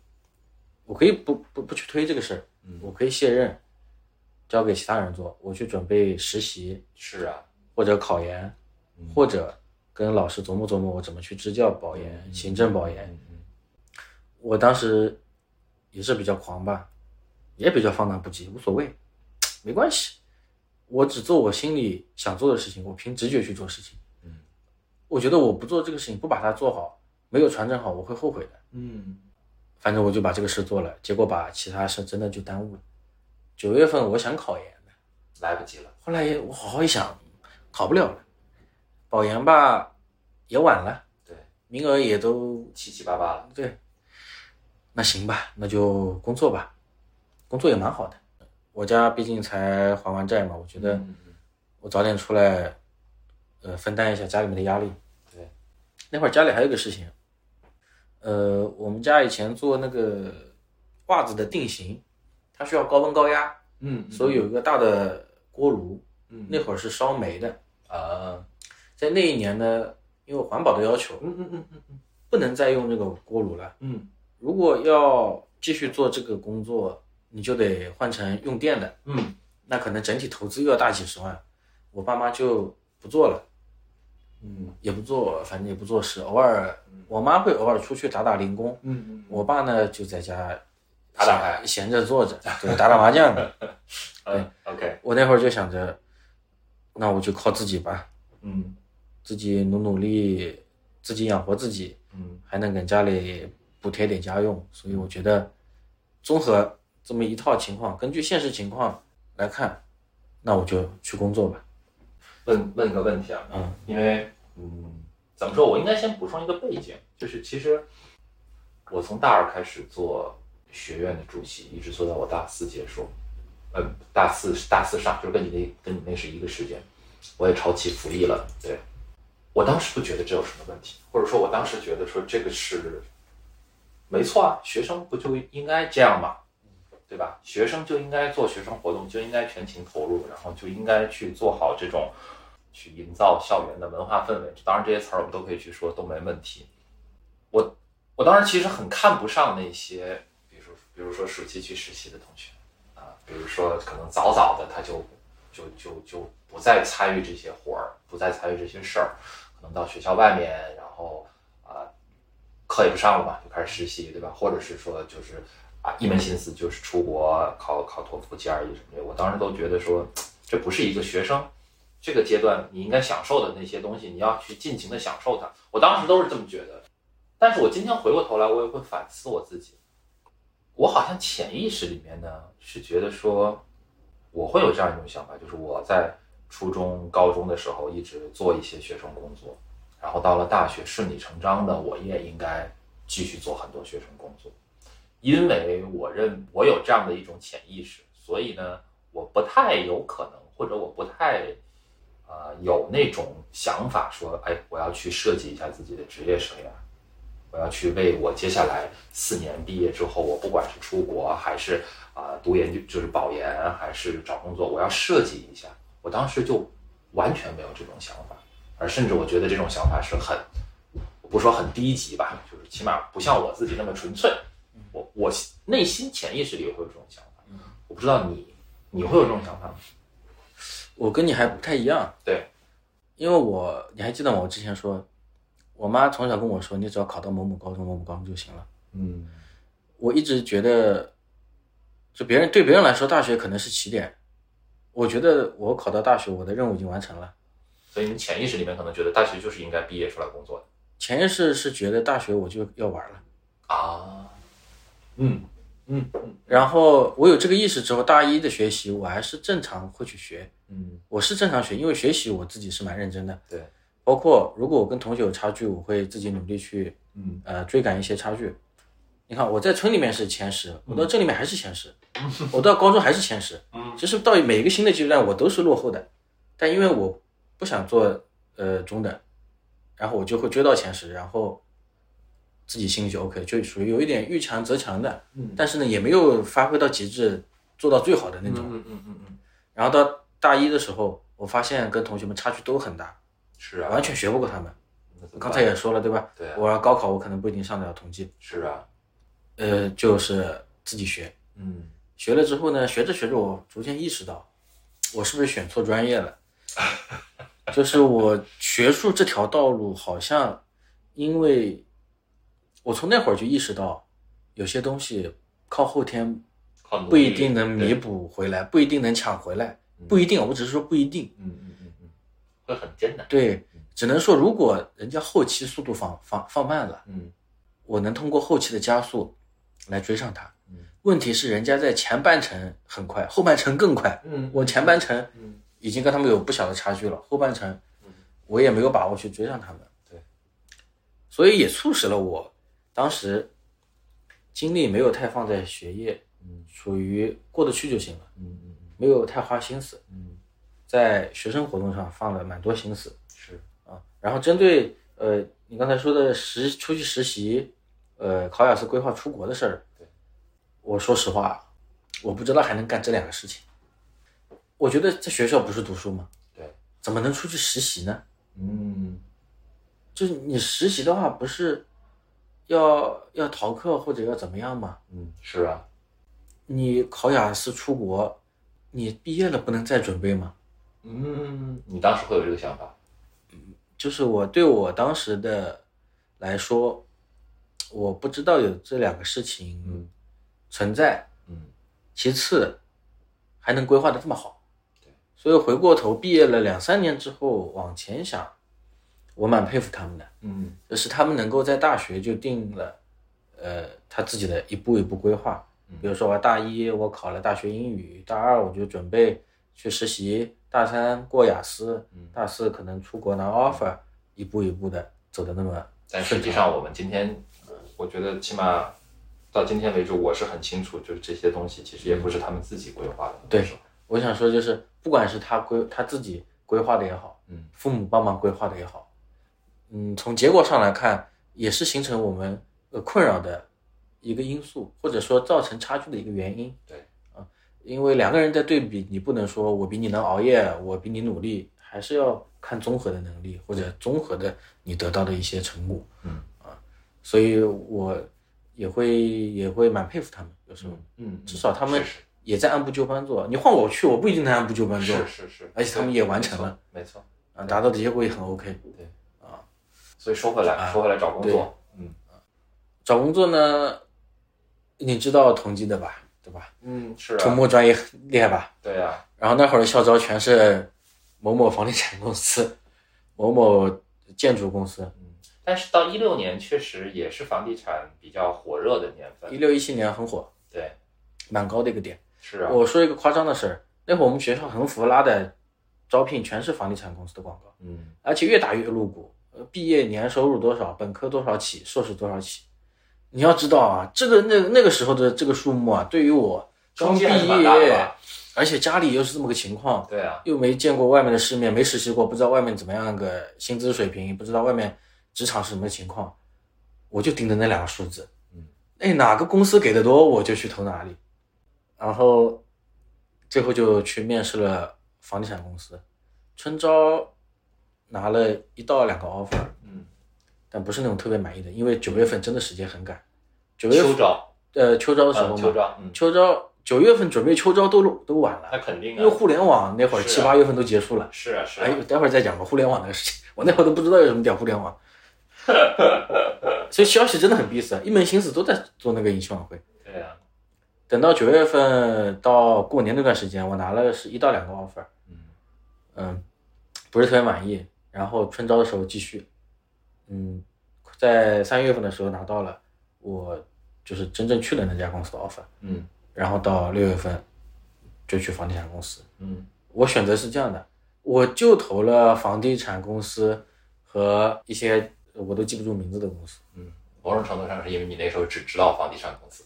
我可以不不不去推这个事儿，
嗯
我可以卸任，交给其他人做，我去准备实习
是啊
或者考研，
嗯
或者跟老师琢磨琢磨我怎么去支教保研、行政保研。
嗯嗯
我当时也是比较狂吧，也比较放荡不羁，无所谓，没关系。我只做我心里想做的事情，我凭直觉去做事情。
嗯
我觉得我不做这个事情，不把它做好，没有传承好，我会后悔的。
嗯
反正我就把这个事做了，结果把其他事真的就耽误了。九月份我想考研的，
来不及了，
后来也我好好一想，考不了了。保研吧，也晚了，
对，
名额也都
七七八八了，
对，那行吧，那就工作吧，工作也蛮好的。我家毕竟才还完债嘛，我觉得
嗯嗯
我早点出来，呃，分担一下家里面的压力。
对，
那会儿家里还有一个事情，呃，我们家以前做那个袜子的定型，它需要高温高压，
嗯
所以有一个大的锅炉，
嗯
那会儿是烧煤的。
啊
在那一年呢，因为环保的要求，
嗯嗯嗯嗯
不能再用这个锅炉了。
嗯
如果要继续做这个工作，你就得换成用电的，
嗯
那可能整体投资又要大几十万。我爸妈就不做了，
嗯
也不做，反正也不做事，偶尔我妈会偶尔出去打打零工，
嗯
我爸呢就在家
打打牌
闲闲着坐着，对，打打麻将。
嗯，OK，
我那会儿就想着，那我就靠自己吧，
嗯
自己努努力，自己养活自己，
嗯
还能给家里补贴点家用，所以我觉得综合这么一套情况，根据现实情况来看，那我就去工作吧。
问问个问题啊，
嗯，
因为嗯，怎么说？我应该先补充一个背景，就是其实我从大二开始做学院的主席，一直做到我大四结束，呃，大四大四上，就是跟你那跟你那是一个时间，我也超期服役了。对，我当时不觉得这有什么问题，或者说我当时觉得说这个是没错啊，学生不就应该这样吗？对吧？学生就应该做学生活动，就应该全情投入，然后就应该去做好这种去营造校园的文化氛围。当然，这些词儿我们都可以去说，都没问题。我我当时其实很看不上那些，比如说比如说暑期去实习的同学啊，比如说可能早早的他就就就就不再参与这些活儿，不再参与这些事儿，可能到学校外面，然后啊课也不上了嘛，就开始实习，对吧？或者是说就是啊一门心思就是出国考考托福、GRE 什么的。我当时都觉得说，这不是一个学生这个阶段你应该享受的那些东西，你要去尽情的享受它。我当时都是这么觉得。但是我今天回过头来，我也会反思我自己，我好像潜意识里面呢是觉得说，我会有这样一种想法，就是我在初中、高中的时候一直做一些学生工作，然后到了大学顺理成章的我也应该继续做很多学生工作，因为我认我有这样的一种潜意识，所以呢，我不太有可能，或者我不太呃有那种想法说，哎，我要去设计一下自己的职业生涯。我要去为我接下来四年毕业之后，我不管是出国还是啊、呃读研究就是保研还是找工作，我要设计一下。我当时就完全没有这种想法，而甚至我觉得这种想法是很，我不说很低级吧， [LAUGHS] 就是起码不像我自己那么纯粹。我我内心潜意识里会有这种想法，我不知道你你会有这种想法吗？
我跟你还不太一样，
对，
因为我你还记得吗？我之前说，我妈从小跟我说，你只要考到某某高中、某某高中就行了。
嗯
我一直觉得，就别人对别人来说，大学可能是起点。我觉得我考到大学，我的任务已经完成了。
所以你潜意识里面可能觉得大学就是应该毕业出来工作的
潜意识是觉得大学我就要玩了，
啊，嗯嗯嗯
然后我有这个意识之后，大一的学习我还是正常会去学，
嗯，
我是正常学，因为学习我自己是蛮认真的，
对，
包括如果我跟同学有差距，我会自己努力去
嗯
呃追赶一些差距。你看我在村里面是前十，我到这里面还是前十，我到高中还是前十。
嗯
其实到每一个新的阶段我都是落后的，但因为我不想做呃中等，然后我就会追到前十，然后自己心里就 OK，就属于有一点遇强则强的，
嗯
但是呢也没有发挥到极致，做到最好的那种。
嗯嗯嗯嗯，
然后到大一的时候，我发现跟同学们差距都很大，
是啊，
完全学不过他们。
那怎么办
刚才也说了对吧？
对啊
我要高考我可能不一定上得了同济，
是啊，
呃，就是自己学。
嗯，
学了之后呢，学着学着，我逐渐意识到，我是不是选错专业了？就是我学术这条道路，好像因为我从那会儿就意识到，有些东西靠后天
靠努力
不一定能弥
对
补回来，不一定能抢回来，不一定，我只是说不一定。
嗯嗯嗯嗯，会很艰难，
对，只能说如果人家后期速度放放放慢了，
嗯
我能通过后期的加速来追上他。
嗯
问题是人家在前半程很快，后半程更快。
嗯
我前半程
嗯
已经跟他们有不小的差距了，后半程我也没有把握去追上他们。
对，
所以也促使了我当时精力没有太放在学业，
嗯
属于过得去就行了，
嗯嗯
没有太花心思，
嗯，
在学生活动上放了蛮多心思。
是，
啊。然后针对呃你刚才说的实出去实习，呃考雅思规划出国的事儿
对，
我说实话，我不知道还能干这两个事情。我觉得在学校不是读书吗？
对，
怎么能出去实习呢？
嗯
就是你实习的话，不是要要逃课或者要怎么样吗？
嗯是啊，
你考雅思出国，你毕业了不能再准备吗？
嗯，你当时会有这个想法，
就是我对我当时的来说，我不知道有这两个事情
嗯
存在。
嗯
其次，还能规划的这么好
对，
所以回过头毕业了两三年之后往前想，我蛮佩服他们的，
嗯
就是他们能够在大学就定了，呃，他自己的一步一步规划
嗯。
比如说我大一我考了大学英语，大二我就准备去实习，大三过雅思
嗯，
大四可能出国拿 offer，一步一步的走的那么
但实际上，我们今天，我觉得起码到今天为止，我是很清楚，就是这些东西其实也不是他们自己规划的。
对我想说就是，不管是他规他自己规划的也好，
嗯，
父母帮忙规划的也好，嗯，从结果上来看，也是形成我们呃困扰的一个因素，或者说造成差距的一个原因。
对，
啊，因为两个人在对比，你不能说我比你能熬夜，我比你努力，还是要看综合的能力或者综合的你得到的一些成果。
嗯
啊，所以我也会也会蛮佩服他们，有时候。
嗯，
至少他们
是
也在按部就班做。你换我去，我不一定能按部就班做
是是是，
而且他们也完成了
没错，没错。
啊，达到的结果也很 OK。
所以说回来，
啊
说回来找工作，嗯
找工作呢，你知道统计的吧，对吧？
嗯，是
土
啊，
木专业很厉害吧？
对啊呀，
然后那会儿的校招全是某某房地产公司、 [LAUGHS] 某某建筑公司。
嗯。但是到一六年，确实也是房地产比较火热的年份
一。六一七年很火，
对，
蛮高的一个点。
是啊，
我说一个夸张的事儿，那会儿我们学校横幅拉的招聘全是房地产公司的广告，
嗯，
而且越打越露骨。呃，毕业年收入多少，本科多少起，硕士多少起。你要知道啊，这个那那个时候的这个数目啊，对于我刚
冲
毕
击还是蛮大的
业
吧，
而且家里又是这么个情况，
对啊，
又没见过外面的世面，没实习过，不知道外面怎么样个薪资水平，不知道外面职场是什么情况，我就盯着那两个数字，
嗯，
哎，哪个公司给的多，我就去投哪里，然后最后就去面试了房地产公司，春招拿了一到两个 offer，
嗯，
但不是那种特别满意的，因为九月份真的时间很赶，九月
秋
份
招，
呃秋招的时候
嗯，
嘛，
秋招，嗯，
秋招九月份准备秋招都都晚了
那。肯定
因
啊
为，互联网那会儿
是
七
啊
八月份都结束了，
是啊是啊
哎，，待会儿再讲吧，互联网那个事情，我那会儿都不知道有什么屌互
[LAUGHS]
联网，所以消息真的很闭塞，一门心思都在做那个迎新晚会。
对啊，
等到九月份到过年那段时间，我拿了是一到两个 offer，
嗯
嗯，不是特别满意。然后春招的时候继续，嗯，在三月份的时候拿到了我就是真正去了那家公司的 offer，
嗯
然后到六月份就去房地产公司，
嗯
我选择是这样的，我就投了房地产公司和一些我都记不住名字的公司。
嗯，某种程度上是因为你那时候只知道房地产公司，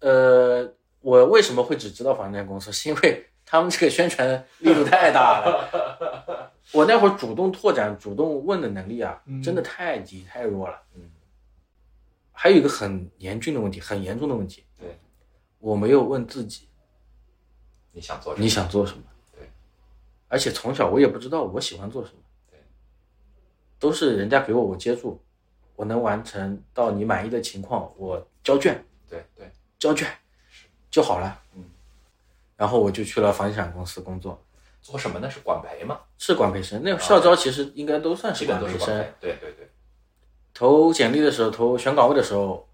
呃，我为什么会只知道房地产公司？是因为他们这个宣传力度太大了。我那会儿主动拓展、主动问的能力啊，真的太低太弱了。
嗯，
还有一个很严峻的问题，很严重的问题，
对，
我没有问自己
你想做什么
你？想做什么？
对，
而且从小我也不知道我喜欢做什么，
对，
都是人家给我我接住，我能完成到你满意的情况，我交卷
对对，
交卷
是
就好了。
嗯，
然后我就去了房地产公司工作，
做什么呢？是管培吗？
是管培生。那个校招其实应该都算是
啊基本
管
都是
培
管
生
培。，对对对，
投简历的时候，投选岗位的时候，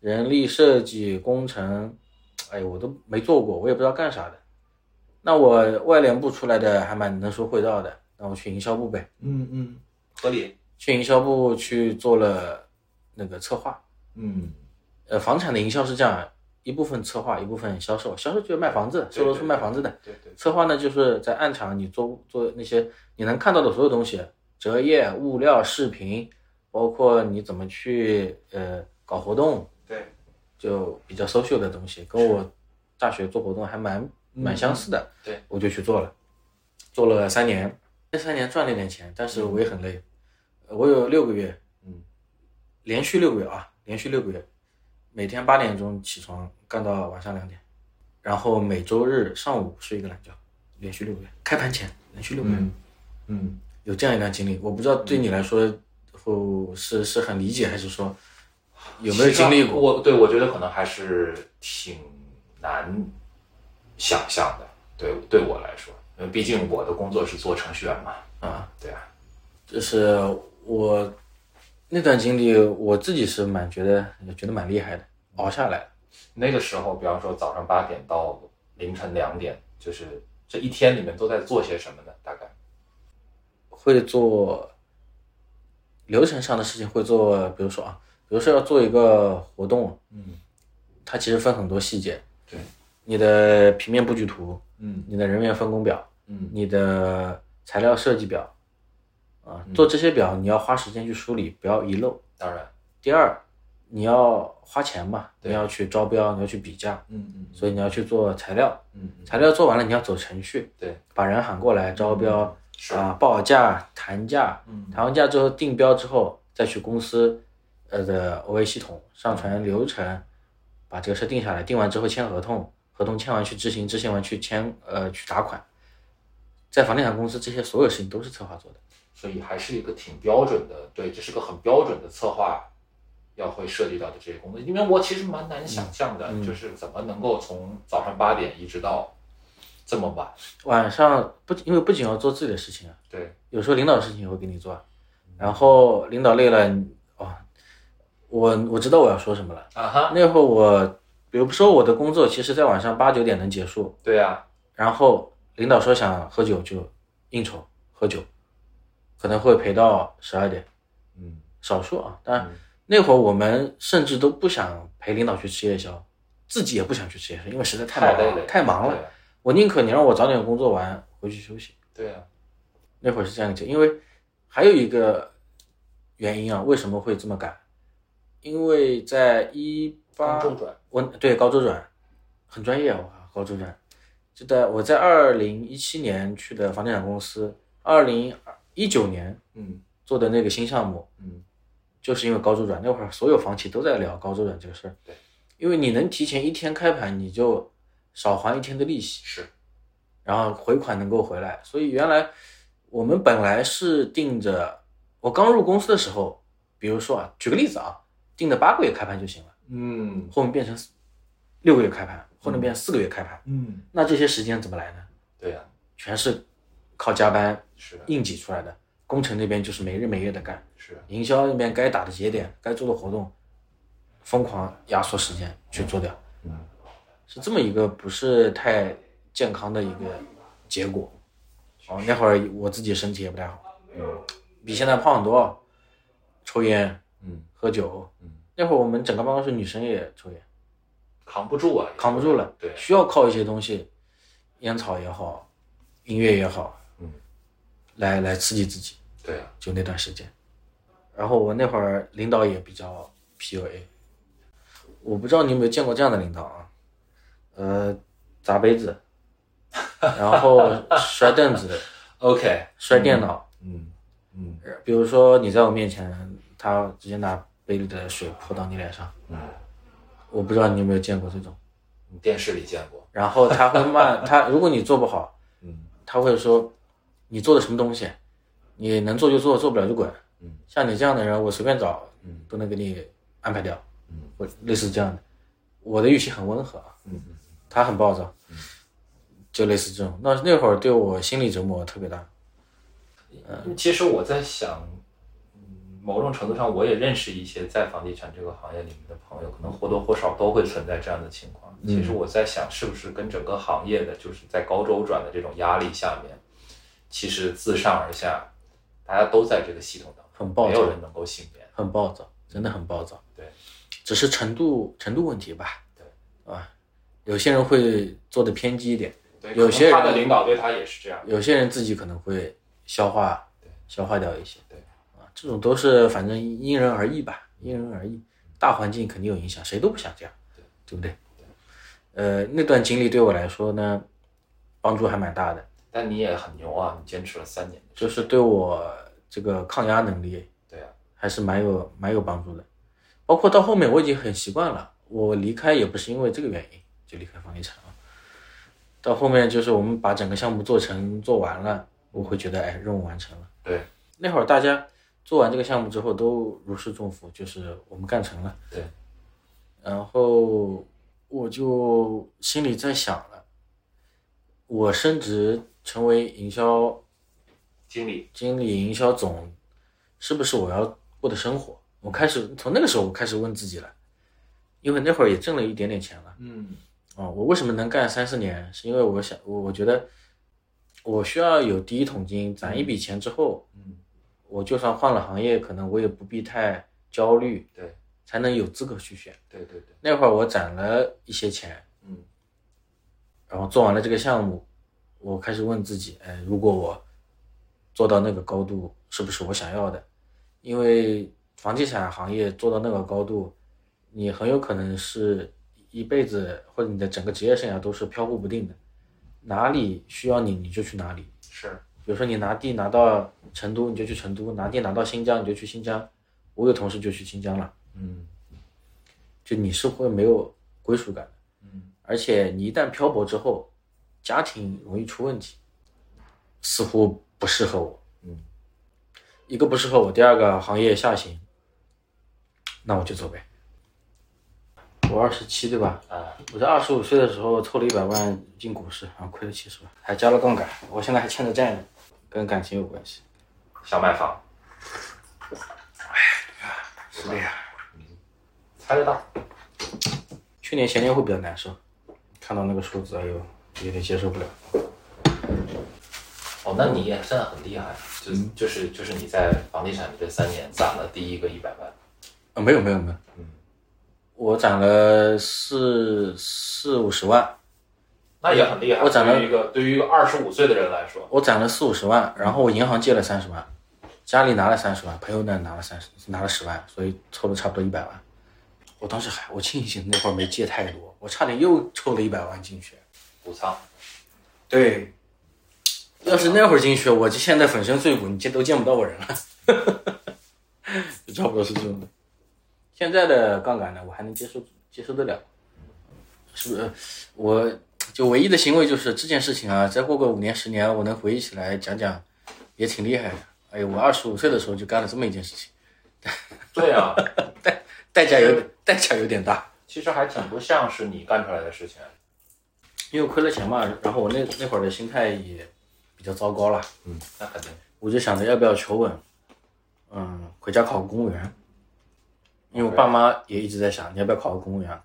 人力设计、工程，哎，我都没做过，我也不知道干啥的。那我外联部出来的还蛮能说会道的，那我去营销部呗。
嗯嗯，合理，
去营销部去做了那个策划。
嗯，
呃，房产的营销是这样，一部分策划，一部分销售。销售就是卖房子，售楼处卖房子的。
对对，
策划呢，就是在暗场你做做那些你能看到的所有东西，折页、物料、视频，包括你怎么去呃搞活动，
对，
就比较 social 的东西，跟我大学做活动还蛮蛮相似的。
嗯对，
我就去做了，做了三年，这三年赚了一点钱，但是我也很累，呃我有六个月
嗯
连续六个月啊，连续六个月，每天八点钟起床，干到晚上两点，然后每周日上午睡一个懒觉，连续六个月，开盘前连续六个月，
嗯嗯，
有这样一段经历，我不知道对你来说，后是是很理解，还是说有没有
啊
经历过？
我对我觉得可能还是挺难想象的，对对我来说，因为毕竟我的工作是做程序员嘛，
啊，
对啊，
就是我那段经历，我自己是蛮觉得觉得蛮厉害的，熬下来了。
那个时候，比方说早上八点到凌晨两点，就是这一天里面都在做些什么呢？大概，
会做流程上的事情，会做，比如说啊，比如说要做一个活动，
嗯，
它其实分很多细节，
对，
你的平面布局图，
嗯
你的人员分工表，
嗯
你
嗯
的材料设计表，啊，做这些表你要花时间去梳理，不要遗漏。
当然，
第二，你要花钱嘛，
对
你要去招标，你要去比价，
嗯嗯，
所以你要去做材料，
嗯嗯，
材料做完了你要走程序，
对，
把人喊过来招标
是
啊，报价、谈价，
嗯
谈完价之后定标之后再去公司呃的 OA 系统上传流程，把这个车定下来，定完之后签合同，合同签完去执行，执行完去签呃去打款，在房地产公司这些所有事情都是策划做的。
所以还是一个挺标准的，对，这是个很标准的策划要会涉及到的这些工作，因为我其实蛮难想象的，
嗯嗯
就是怎么能够从早上八点一直到这么晚，
晚上不因为不仅要做自己的事情啊，
对，
有时候领导的事情也会给你做啊，然后领导累了，你哦，我我知道我要说什么了。
啊哈，
那会儿我，比如说我的工作，其实在晚上八九点能结束，
对啊呀、
然后领导说想喝酒就应酬喝酒，可能会陪到十二点，
嗯，
少数啊。当然
嗯
那会儿我们甚至都不想陪领导去吃夜宵，自己也不想去吃夜宵，因为实在太忙
太累
了，
了，
太忙
对啊
了。
呀，
我宁可你让我早点工作完回去休息。
对啊呀、
那会儿是这样子，因为还有一个原因啊，为什么会这么赶？因为在一八
刚中转，
我对高周转很专业，我靠高周转就在我在二零一七年去的房地产公司，二零一九年
嗯
做的那个新项目，
嗯，
就是因为高周转那会儿，所有房企都在聊高周转这个事儿。
对，
因为你能提前一天开盘，你就少还一天的利息。
是，
然后回款能够回来。所以原来我们本来是定着，我刚入公司的时候，比如说啊，举个例子啊，定的八个月开盘就行了，
嗯
后面变成四六个月开盘，后面变成四个月开盘，
嗯，
那这些时间怎么来呢？
对呀、
全是靠加班
是的
硬挤出来的。工程那边就是没日没夜的干，
是啊的，
营销那边该打的节点、该做的活动，疯狂压缩时间去做掉，
嗯，
是这么一个不是太健康的一个结果。哦，那会儿我自己身体也不太好，
嗯
比现在胖很多，抽烟、
嗯
喝酒。
嗯，
那会儿我们整个办公室女生也抽烟，
扛不住啊，
扛不住了，
对
需要靠一些东西，烟草也好，音乐也好，
嗯，
来来刺激自己。
对啊呀、
就那段时间。然后我那会儿领导也比较 PUA，我不知道你有没有见过这样的领导啊？呃，砸
[LAUGHS]
杯子，然后摔凳子、
o k
摔电脑。
嗯嗯
比如说你在我面前，他直接拿杯里的水泼到你脸上，
嗯，
我不知道你有没有见过这种。
你电视里见过，
然后他会骂 [LAUGHS] 他，如果你做不好，
嗯
他会说你做的什么东西，你能做就做，做不了就滚。
嗯，
像你这样的人，我随便找
嗯
都能给你安排掉。
嗯，
或类似这样的。我的语气很温和，啊，
嗯嗯
他很暴躁，就类似这种。那那会儿对我心理折磨特别大。
嗯，其实我在想，嗯，某种程度上我也认识一些在房地产这个行业里面的朋友，可能或多或少都会存在这样的情况。其实我在想，是不是跟整个行业的就是在高周转的这种压力下面，其实自上而下，大家都在这个系统当中，
很暴躁
没有人能够幸免。
很暴躁，真的很暴躁。
对，
只是程度程度问题吧。
对，
啊，有些人会做的偏激一点，
对，
有些人
可能他的领导对他也是这样。
有些人自己可能会消化
对
消化掉一些。
对，
啊，这种都是反正因人而异吧，因人而异。大环境肯定有影响，谁都不想这样，
对
对不对？呃，那段经历对我来说呢，帮助还蛮大的。
但你也很牛啊，你坚持了三年的时间。
就是对我这个抗压能力
对啊，
还是蛮有蛮有帮助的。包括到后面我已经很习惯了，我离开也不是因为这个原因就离开房地产啊。到后面就是我们把整个项目做成做完了，我会觉得哎任务完成了。
对
那会儿大家做完这个项目之后都如释重负，就是我们干成了。
对，
然后我就心里在想了，我升职成为营销
经理，
经理、营销总，是不是我要过的生活？我开始从那个时候我开始问自己了，因为那会儿也挣了一点点钱了。
嗯
哦，我为什么能干三四年？是因为我想，我我觉得我需要有第一桶金，攒一笔钱之后，
嗯，
我就算换了行业，可能我也不必太焦虑，
对
才能有资格去选。
对对对，
那会儿我攒了一些钱，
嗯
然后做完了这个项目，我开始问自己，哎，如果我做到那个高度，是不是我想要的？因为房地产行业做到那个高度，你很有可能是一辈子或者你的整个职业生涯都是飘忽不定的，哪里需要你你就去哪里。
是
比如说你拿地拿到成都，你就去成都；拿地拿到新疆，你就去新疆。我有同事就去新疆了，
嗯
就你是会没有归属感的，
嗯
而且你一旦漂泊之后，家庭容易出问题，似乎不适合我。
嗯，
一个不适合我，第二个行业下行，那我就走呗。我二十七对吧？
啊
我在二十五岁的时候凑了一百万进股市，然后亏了七十万，还加了杠杆。我现在还欠着债呢，跟感情有关系。
想买房，
哎是的呀。
嗯猜得到。
去年前年会比较难受，看到那个数字，哎呦，有点接受不了。
哦，那你也算很厉害，就、
嗯
就是就是你在房地产这三年攒了第一个一百万，
啊，没有没有没有，我攒了四四五十万，
那也很厉害。
我攒了
对于一个对于一个二十五岁的人来说，
我攒了四五十万，然后我银行借了三十万，家里拿了三十万，朋友那拿了三十拿了十万，所以凑了差不多一百万。我当时还我庆幸那会儿没借太多，我差点又凑了一百万进去。
补仓
对，要是那会儿进去，我就现在粉身碎骨，你见都见不到我人了， [LAUGHS] 就差不多是这种的。现在的杠杆呢，我还能接受接受得了，是不是？我就唯一的欣慰就是这件事情啊，再过个五年十年，我能回忆起来讲讲，也挺厉害的。哎呦，我二十五岁的时候就干了这么一件事情，
对啊， [LAUGHS]
代价有点代价有点大。
其实还挺不像是你干出来的事情。
因为亏了钱嘛，然后我那那会儿的心态也比较糟糕了，
嗯，那肯定。
我就想着要不要求稳，嗯，回家考个公务员，因为我爸妈也一直在想你要不要考个公务员。啊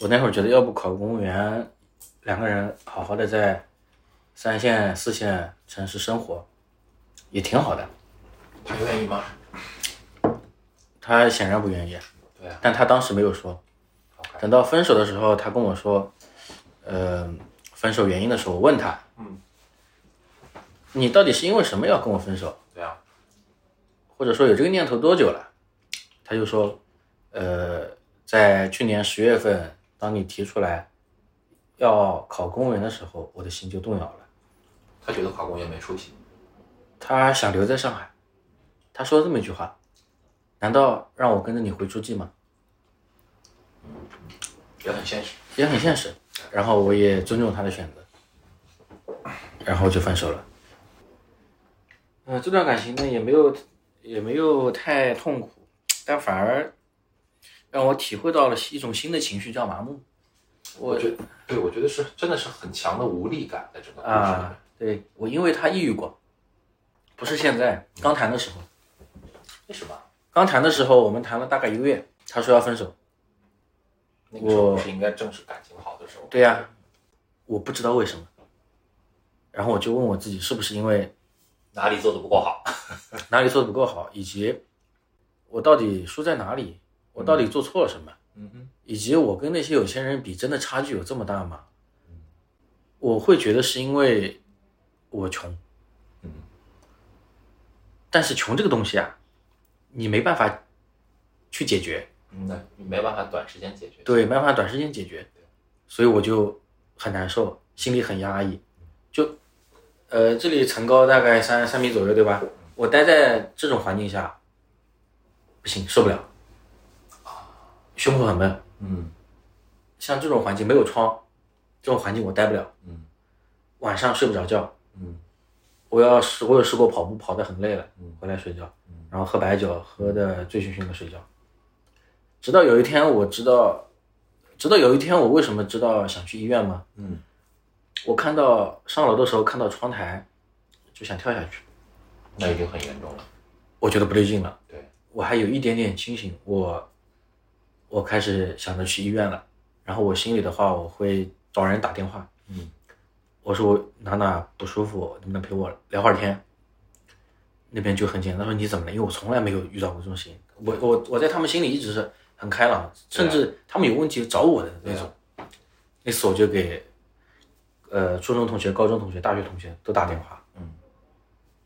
我那会儿觉得，要不考个公务员，两个人好好的在三线、四线城市生活，也挺好的。
他愿意吗？
他显然不愿意，
对啊，
但他当时没有说。
OK
等到分手的时候，他跟我说，呃，分手原因的时候，我问他，
嗯，
你到底是因为什么要跟我分手？
对啊，
或者说有这个念头多久了？他就说，呃，在去年十月份，当你提出来要考公务员的时候，我的心就动摇了。
他觉得考公也没出息。
他想留在上海，他说了这么一句话：“难道让我跟着你回诸暨吗
也很现实。？”
也很现实。然后我也尊重他的选择，然后就分手了。嗯、这段感情呢也没有也没有太痛苦，但反而让我体会到了一种新的情绪，叫麻木。我
我觉得，对，我觉得是真的是很强的无力感在整个故事里面
啊，对我因为他抑郁过，不是现在，刚谈的时候，
为什么？
刚谈的时候我们谈了大概一个月，他说要分手。
那个时候
我
不是应该正是感情好的时候？
对呀、我不知道为什么，然后我就问我自己，是不是因为
哪里做的不够好？
哪里做的不够好，以及我到底输在哪里，我到底做错了什么，
嗯哼，
以及我跟那些有钱人比，真的差距有这么大吗？我会觉得是因为我穷，
嗯，
但是穷这个东西啊，你没办法去解决，
嗯，那没办法，短时间解决。，
对，没办法短时间解决，所以我就很难受，心里很压抑。就，呃，这里层高大概三三米左右，对吧？我待在这种环境下，不行，受不了，胸口很闷。
嗯
像这种环境没有窗，这种环境我待不了，
嗯
晚上睡不着觉。
嗯
我要试，我有试过跑步，跑得很累了
嗯，
回来睡觉
嗯，
然后喝白酒，喝得醉醺醺的睡觉。直到有一天，我知道，直到有一天，我为什么知道想去医院吗？
嗯，
我看到上楼的时候看到窗台，就想跳下去，
那已经很严重了。
我觉得不对劲了，
对，
我还有一点点清醒，我我开始想着去医院了，然后我心里的话，我会找人打电话，
嗯，
我说我哪哪不舒服，能不能陪我聊会儿天？那边就很简单，他说你怎么了？因为我从来没有遇到过这种事情，我我我在他们心里一直是很开朗，甚至他们有问题找我的那种。那次我就给呃初中同学、高中同学、大学同学都打电话，
嗯，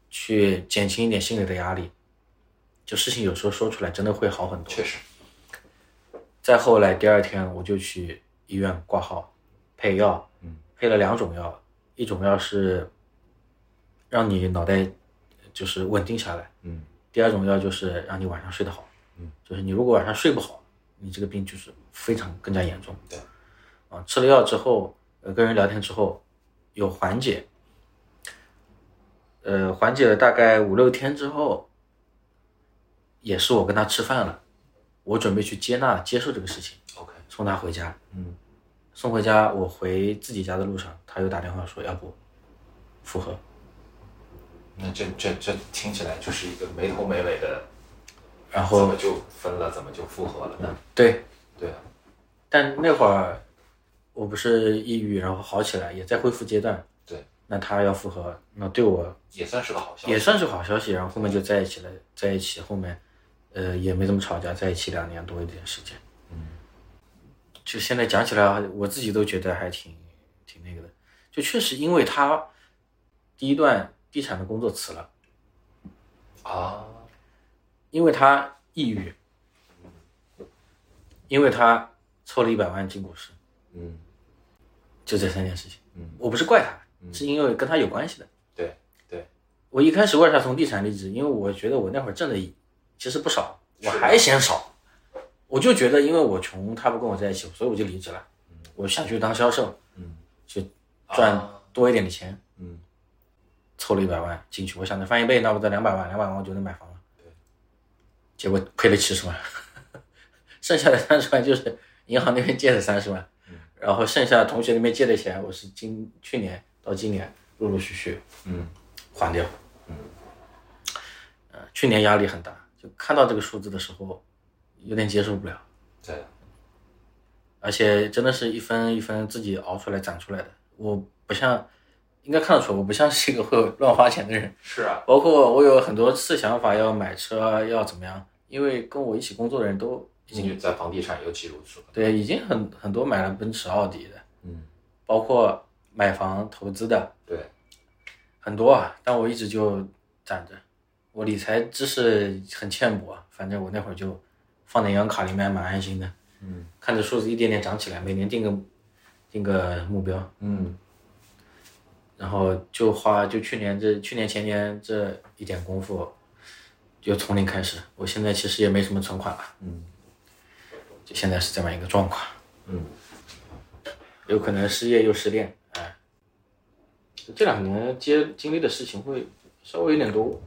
去减轻一点心理的压力。就事情有时候说出来真的会好很多。
确实，
再后来第二天我就去医院挂号，配药，
嗯，
配了两种药，一种药是让你脑袋就是稳定下来，
嗯
第二种药就是让你晚上睡得好，
嗯，
就是你如果晚上睡不好，你这个病就是非常更加严重。
对，
啊，吃了药之后，呃，跟人聊天之后有缓解，呃，缓解了大概五六天之后，也是我跟他吃饭了，我准备去接纳接受这个事情，
，OK，
送他回家，
嗯
送回家，我回自己家的路上，他又打电话说要不复合，
那这这这听起来就是一个没头没尾的，
然
怎
后
么就分了，怎么就复合了呢？
对，
对啊，
但那会儿我不是抑郁，然后好起来，也在恢复阶段。
对，
那他要复合，那对我
也算是个好消息，
也算是好消息。然后后面就在一起了，在一起后面，呃，也没怎么吵架，在一起两年多一点时间。嗯，就现在讲起来，我自己都觉得还挺挺那个的。就确实因为他第一段地产的工作辞了，
啊，
因为他抑郁，
嗯
因为他凑了一百万进股市，
嗯
就这三件事情。
嗯，
我不是怪他，是因为跟他有关系的。
对对，
我一开始为啥从地产离职？因为我觉得我那会儿挣的其实不少，我
是
还嫌少，我就觉得因为我穷，他不跟我在一起，所以我就离职了。我下去当销售，
嗯
去赚
啊
多一点的钱，
嗯
凑了一百万进去，我想着翻一倍，那不得两百万，两百万我就能买房了。结果亏了七十万， [LAUGHS] 剩下的三十万就是银行那边借的三十万，然后剩下同学那边借的钱，我是今去年到今年陆陆续续
嗯
还掉。嗯，呃，去年压力很大，就看到这个数字的时候，有点接受不了，
对的，
而且真的是一分一分自己熬出来、攒出来的。我不像，应该看得出来，我不像是一个会乱花钱的人。
是啊，
包括我有很多次想法要买车啊，要怎么样，因为跟我一起工作的人都已经
你在房地产尤其如此，
对已经很很多买了奔驰、奥迪的，
嗯，
包括买房投资的，
对，
很多啊，但我一直就攒着。我理财知识很欠薄啊，反正我那会儿就放在银行卡里面，蛮安心的。
嗯，
看着数字一点点涨起来，每年定个定个目标，
嗯
然后就花就去年这去年前年这一点功夫，就从零开始。我现在其实也没什么存款了，
嗯
就现在是这么一个状况，
嗯，
有可能失业又失恋，哎，就这两年接经历的事情会稍微有点多。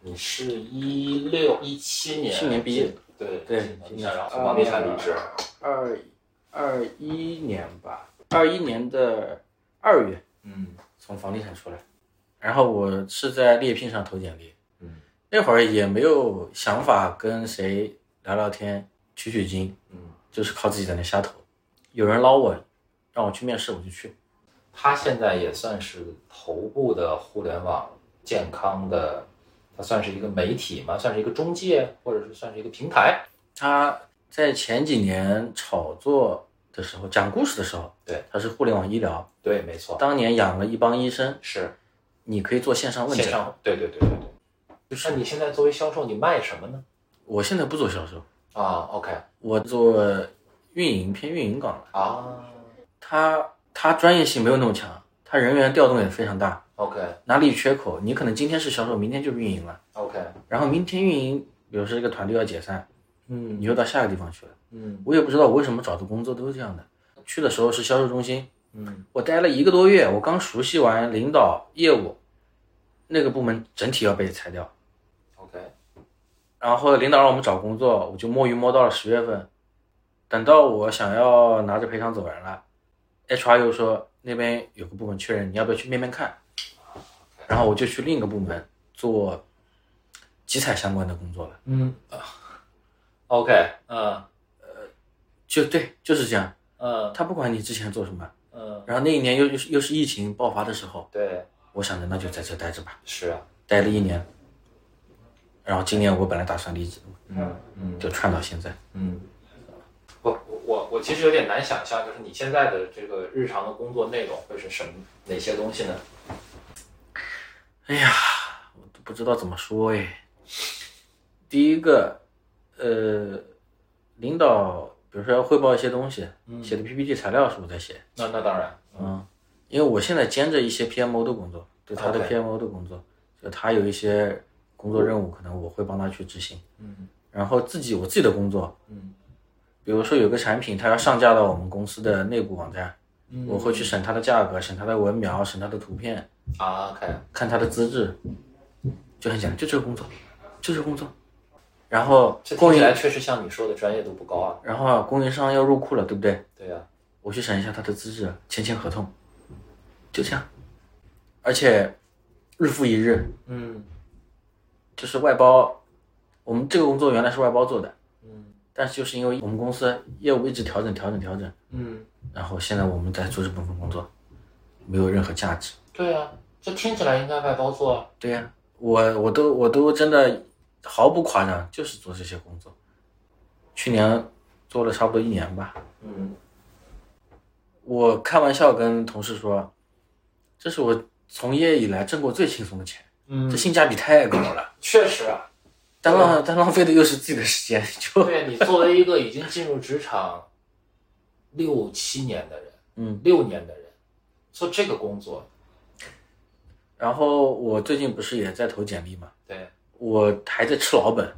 你是一六一七年，
17年毕业，
对
对
你想然后从房地产离职，
二二一年吧，二一年的二月
嗯
从房地产出来，然后我是在猎聘上投简历，
嗯
那会儿也没有想法跟谁聊聊天取取经，
嗯，
就是靠自己在那瞎投，有人捞我，让我去面试我就去，
他现在也算是头部的互联网健康的，它算是一个媒体吗？算是一个中介，或者是算是一个平台？
他在前几年炒作的时候讲故事的时候，
对，
他是互联网医疗，
对，没错，
当年养了一帮医生，
是
你可以做线上问
线
诊，
上，对对对对对。就是那你现在作为销售，你卖什么呢？
我现在不做销售，
啊，OK，
我做运营偏运营岗了。
啊
他他专业性没有那么强，他人员调动也非常大，
，OK，OK，
哪里缺口，你可能今天是销售，明天就运营了，然后明天运营，比如说这个团队要解散，
嗯
你又到下个地方去了。
嗯
我也不知道我为什么找的工作都是这样的。去的时候是销售中心，
嗯
我待了一个多月，我刚熟悉完领导业务，那个部门整体要被裁掉，
，OK，
然后领导让我们找工作，我就摸鱼摸到了十月份。等到我想要拿着赔偿走人了，HR 又说那边有个部门缺人，你要不要去面面看？然后我就去另一个部门做集采相关的工作了。
嗯，OK，嗯
就对，就是这样。
嗯
他不管你之前做什么，
嗯，
然后那一年又又是又是疫情爆发的时候，
对，
我想着那就在这待着吧，
是啊，
待了一年。然后今年我本来打算离职，
嗯嗯
就串到现在。
嗯，我我我其实有点难想象，就是你现在的这个日常的工作内容会是什么哪些东西呢？
哎呀，我都不知道怎么说哎。第一个，呃，领导比如说要汇报一些东西，
嗯
写的 PPT 材料是我在写，
那那当然，
嗯，因为我现在兼着一些 PMO 的工作，对他的
OK
PMO 的工作，就他有一些工作任务，可能我会帮他去执行。
嗯
然后自己我自己的工作，
嗯
比如说有个产品，它要上架到我们公司的内部网站，
嗯
我会去审它的价格，审它的文描，审它的图片，
啊，OK，
看它的资质，就很简单，就这个工作，就这个工作。然后
这听
供
起
应，
来确实像你说的专业度不高啊。
然后啊供应商要入库了，对不对？
对呀、
我去审一下他的资质，签签合同，就这样。而且日复一日，
嗯
就是外包，我们这个工作原来是外包做的，
嗯
但是就是因为我们公司业务一直调整调整调整，
嗯，
然后现在我们在做这部分工作，没有任何价值。
对呀、这听起来应该外包做啊。
对呀、我我都我都真的毫不夸张，就是做这些工作。去年做了差不多一年吧，
嗯
我开玩笑跟同事说，这是我从业以来挣过最轻松的钱，
嗯
这性价比太高了。
确实啊，
但浪但浪费的又是自己的时间，就
对啊你作为一个已经进入职场六七年的人，
嗯。
六年的人，做这个工作，
然后我最近不是也在投简历嘛，
对，
我还在吃老本。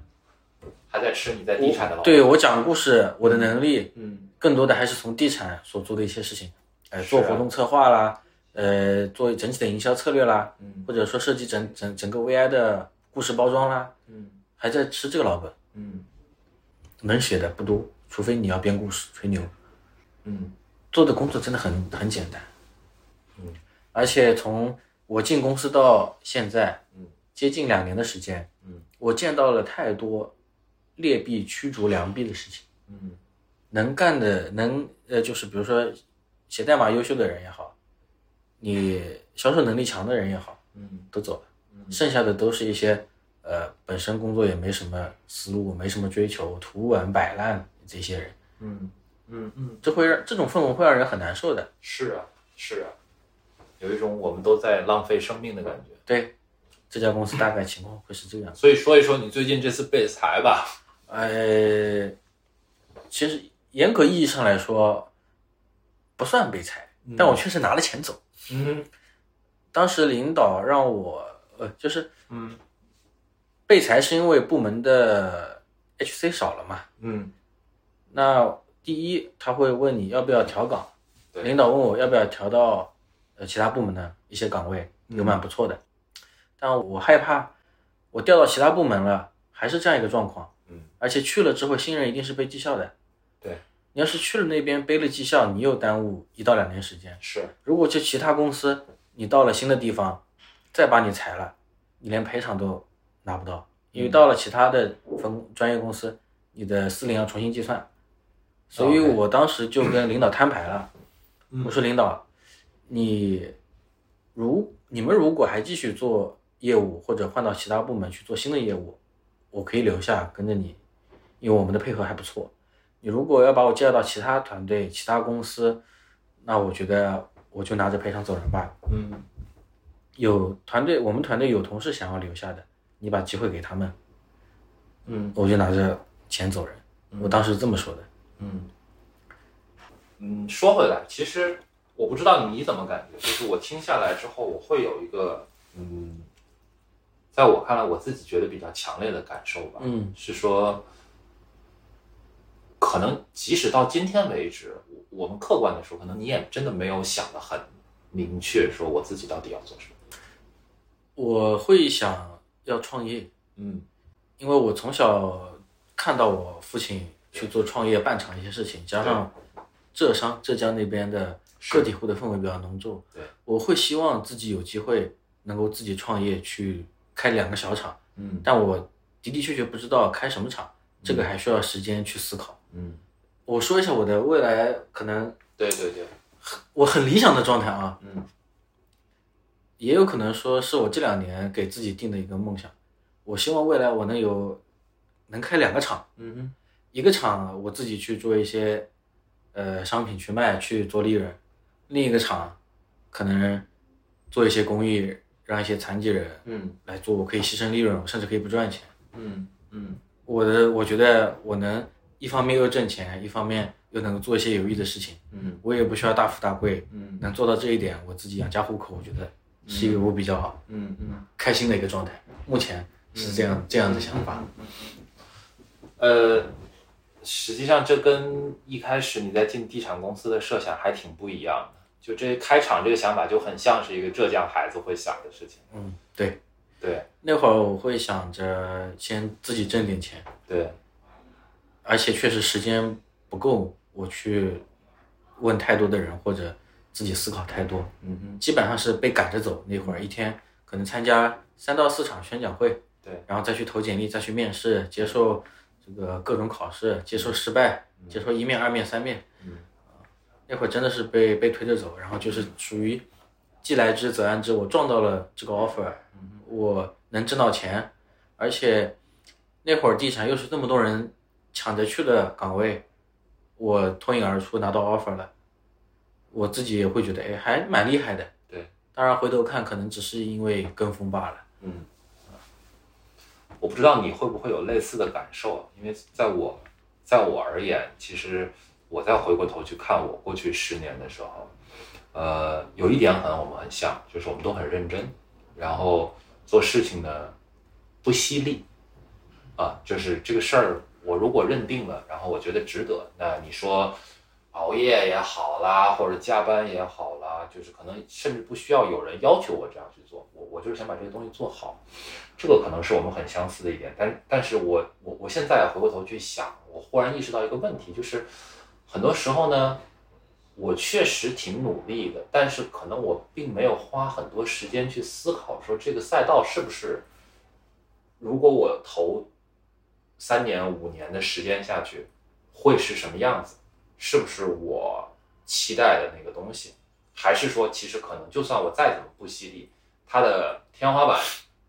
还在吃你在地产的老
对我讲故事，我的能力
嗯
更多的还是从地产所做的一些事情，哎、
是
做
啊
活动策划啦，呃，做整体的营销策略啦，
嗯
或者说设计整整整个 VI 的故事包装啦，
嗯
还在吃这个老本。
嗯
能写的不多，除非你要编故事吹牛。
嗯
做的工作真的很很简单，嗯，而且从我进公司到现在，
嗯，
接近两年的时间，
嗯，
我见到了太多劣币驱逐良币的事情。
嗯
能干的能呃，就是比如说写代码优秀的人也好，你销售能力强的人也好，
嗯
都走了，剩下的都是一些呃本身工作也没什么思路，没什么追求，图文摆烂这些人，
嗯嗯嗯，
这会让这种氛围会让人很难受的。
是啊是啊，有一种我们都在浪费生命的感觉。
对，这家公司大概情况会是这样。
所以说一说你最近这次被裁吧。
呃，其实严格意义上来说，不算被裁，但我确实拿了钱走。
嗯
当时领导让我，呃，就是
嗯
被裁是因为部门的 HC 少了嘛。
嗯
那第一，他会问你要不要调岗，
对
领导问我要不要调到呃其他部门的一些岗位，
嗯
有蛮不错的，但我害怕我调到其他部门了，还是这样一个状况，
嗯，
而且去了之后，新人一定是背绩效的，
对，
你要是去了那边背了绩效，你又耽误一到两年时间，
是
如果去其他公司，你到了新的地方，再把你裁了，你连赔偿都拿不到，因为到了其他的分专业公司，你的四零要重新计算。所以
OK
我当时就跟领导摊牌了，我说领导，你如你们如果还继续做业务，或者换到其他部门去做新的业务，我可以留下跟着你，因为我们的配合还不错。你如果要把我介绍到其他团队、其他公司，那我觉得我就拿着赔偿走人吧。
嗯
有团队，我们团队有同事想要留下的，你把机会给他们，
嗯
我就拿着钱走人。我当时这么说的。
嗯嗯，说回来，其实我不知道你怎么感觉，就是我听下来之后，我会有一个嗯，在我看来，我自己觉得比较强烈的感受吧，
嗯
是说，可能即使到今天为止，我我们客观的说，可能你也真的没有想得很明确，说我自己到底要做什么。
我会想要创业，
嗯
因为我从小看到我父亲去做创业办厂一些事情，加上浙商浙江那边的个体户的氛围比较浓重，
对，
我会希望自己有机会能够自己创业去开两个小厂，
嗯
但我的的确确不知道开什么厂，这个还需要时间去思考。
嗯，
我说一下我的未来可能
对对对，
我很理想的状态啊，
嗯
也有可能说是我这两年给自己定的一个梦想，我希望未来我能有能开两个厂。
嗯哼
一个厂我自己去做一些呃商品去卖去做利润，另一个厂可能做一些公益，让一些残疾人
嗯
来做，我可以牺牲利润，我甚至可以不赚钱。
嗯嗯
我的我觉得我能一方面又挣钱，一方面又能够做一些有益的事情，
嗯
我也不需要大富大贵，
嗯
能做到这一点，我自己养家糊口，我觉得是一个我比较
嗯嗯，
开心的一个状态。目前是这样这样的想法。
呃，实际上这跟一开始你在进地产公司的设想还挺不一样的。就这开场这个想法就很像是一个浙江孩子会想的事情。
嗯，对，
对
那会儿我会想着先自己挣点钱，
对，
而且确实时间不够，我去问太多的人或者自己思考太多，
嗯哼，
基本上是被赶着走。那会儿一天可能参加三到四场宣讲会，
对，
然后再去投简历，再去面试，接受这个各种考试，接受失败，接受一面、二面、三面。
嗯
啊，那会儿真的是被被推着走，然后就是属于既来之则安之，我撞到了
嗯
这个 offer，我能挣到钱，而且那会儿地产又是那么多人抢着去的岗位，我脱颖而出拿到 offer 了，我自己也会觉得哎还蛮厉害的。
对，
当然回头看可能只是因为跟风罢了。
嗯，我不知道你会不会有类似的感受，啊因为在我，在我而言，其实我再回过头去看我过去十年的时候，呃，有一点可能我们很像，就是我们都很认真，然后做事情呢不犀利，啊，就是这个事儿，我如果认定了，然后我觉得值得，那你说熬夜也好啦，或者加班也好啦，就是可能甚至不需要有人要求我这样去做，我我就是想把这个东西做好，这个可能是我们很相似的一点，但但是我我我现在回过头去想，我忽然意识到一个问题，就是很多时候呢。我确实挺努力的，但是可能我并没有花很多时间去思考，说这个赛道是不是如果我投三年五年的时间下去，会是什么样子？是不是我期待的那个东西？还是说，其实可能就算我再怎么不犀利，它的天花板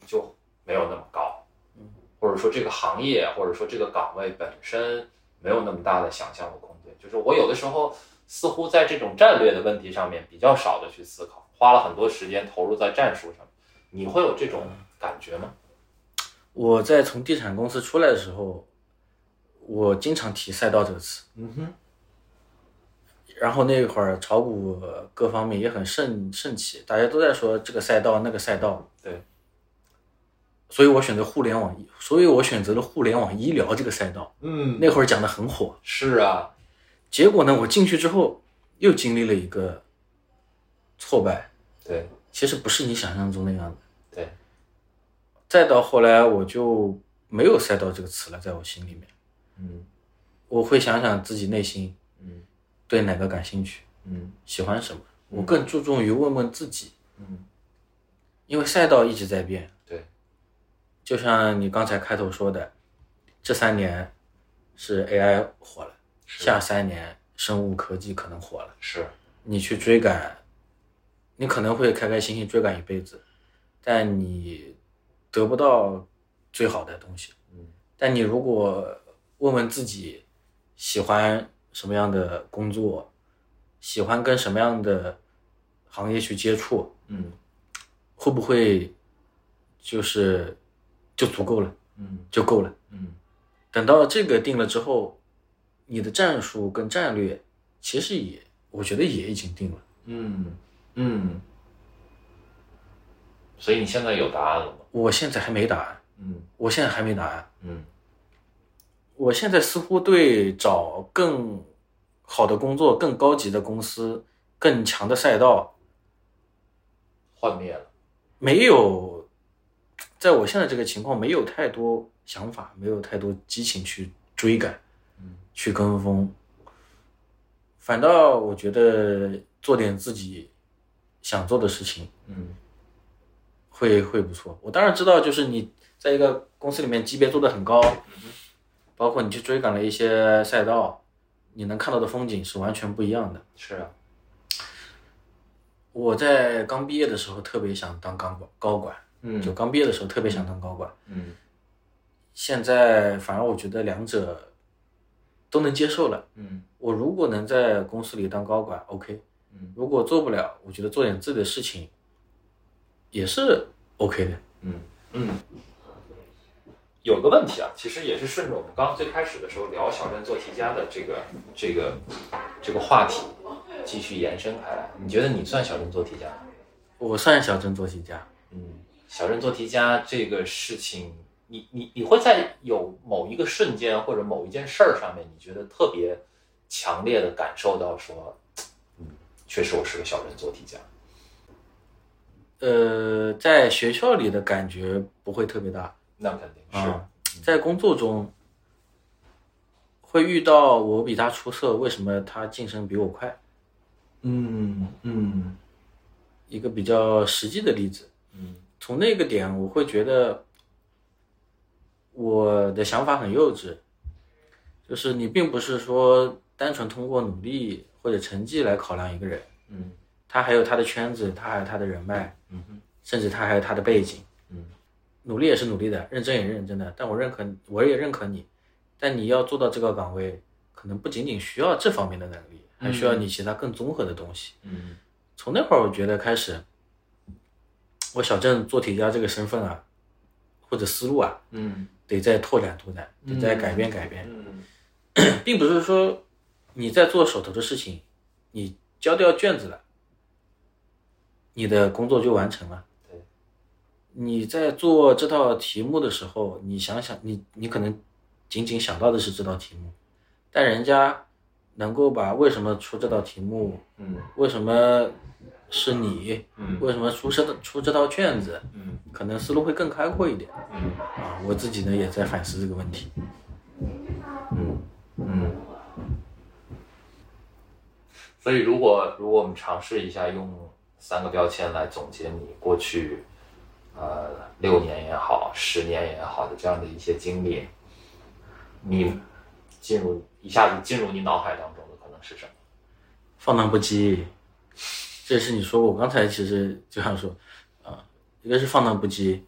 就没有那么高，或者说这个行业，或者说这个岗位本身没有那么大的想象的空间。就是我有的时候似乎在这种战略的问题上面比较少的去思考，花了很多时间投入在战术上。你会有这种感觉吗？
我在从地产公司出来的时候，我经常提赛道这个词，
嗯哼，
然后那会儿炒股各方面也很盛盛起，大家都在说这个赛道那个赛道，
对，
所以我选择互联网，所以我选择了互联网医疗这个赛道。
嗯，
那会儿讲的很火，
是啊，
结果呢，我进去之后又经历了一个挫败，
对
其实不是你想象中那样的。
对，
再到后来，我就没有赛道这个词了，在我心里面，
嗯
我会想想自己内心
嗯
对哪个感兴趣，
嗯
喜欢什么。我更注重于问问自己，
嗯，
因为赛道一直在变，
对，
就像你刚才开头说的，这三年是 AI 火了，
是
下三年生物科技可能火了。
是，
你去追赶，你可能会开开心心追赶一辈子，但你得不到最好的东西。
嗯
但你如果问问自己，喜欢什么样的工作，喜欢跟什么样的行业去接触，
嗯
会不会就是就足够了，
嗯
就够了？
嗯
等到这个定了之后，你的战术跟战略其实也，我觉得也已经定了。
嗯嗯，所以你现在有答案了吗？
我现在还没答案，
嗯
我现在还没答案。
嗯
我现在似乎对找更好的工作、更高级的公司、更强的赛道，
幻灭了。
没有，在我现在这个情况，没有太多想法，没有太多激情去追赶，
嗯
去跟风。反倒我觉得做点自己想做的事情
嗯
会会不错。我当然知道，就是你在一个公司里面级别做得很高，
嗯
包括你去追赶了一些赛道，你能看到的风景是完全不一样的。
是啊，
我在刚毕业的时候特别想当高管，高管
嗯
就刚毕业的时候特别想当高管，
嗯
现在反而我觉得两者都能接受了。
嗯
我如果能在公司里当高管，OK；
嗯
如果做不了，我觉得做点自己的事情也是 OK 的。
嗯，有个问题啊，其实也是顺着我们刚刚最开始的时候聊小镇做题家的这个这个这个话题继续延伸开来。你觉得你算小镇做题家吗？
我算小镇做题家，
嗯，小镇做题家这个事情，你你你会在有某一个瞬间或者某一件事儿上面，你觉得特别强烈的感受到说，嗯，确实我是个小镇做题家。
呃，在学校里的感觉不会特别大，
那肯定是，嗯
啊，在工作中会遇到我比他出色，为什么他晋升比我快？
嗯嗯
一个比较实际的例子，
嗯
从那个点我会觉得我的想法很幼稚，就是你并不是说单纯通过努力或者成绩来考量一个人，
嗯
他还有他的圈子，他还有他的人脉，
嗯哼
甚至他还有他的背景。
嗯
努力也是努力的，认真也认真的，但我认可，我也认可你，但你要做到这个岗位，可能不仅仅需要这方面的能力，还需要你其他更综合的东西。
嗯
从那会儿我觉得开始，我小镇做题家这个身份啊，或者思路啊，
嗯
得再拓展拓展，得再改变改变，
嗯
并不是说你在做手头的事情，你交掉卷子了，你的工作就完成了。
对，
你在做这道题目的时候，你想想，你你可能仅仅想到的是这道题目，但人家能够把为什么出这道题目，
嗯
为什么是你，
嗯
为什么出这出这道卷子，
嗯
可能思路会更开阔一点
嗯。
啊。我自己呢也在反思这个问题。
嗯，嗯，所以，如果如果我们尝试一下用三个标签来总结你过去呃六年也好、十年也好的这样的一些经历，你进入一下子进入你脑海当中的可能是什么？
放荡不羁，这也是你说过。我刚才其实就想说，啊、一个是放荡不羁，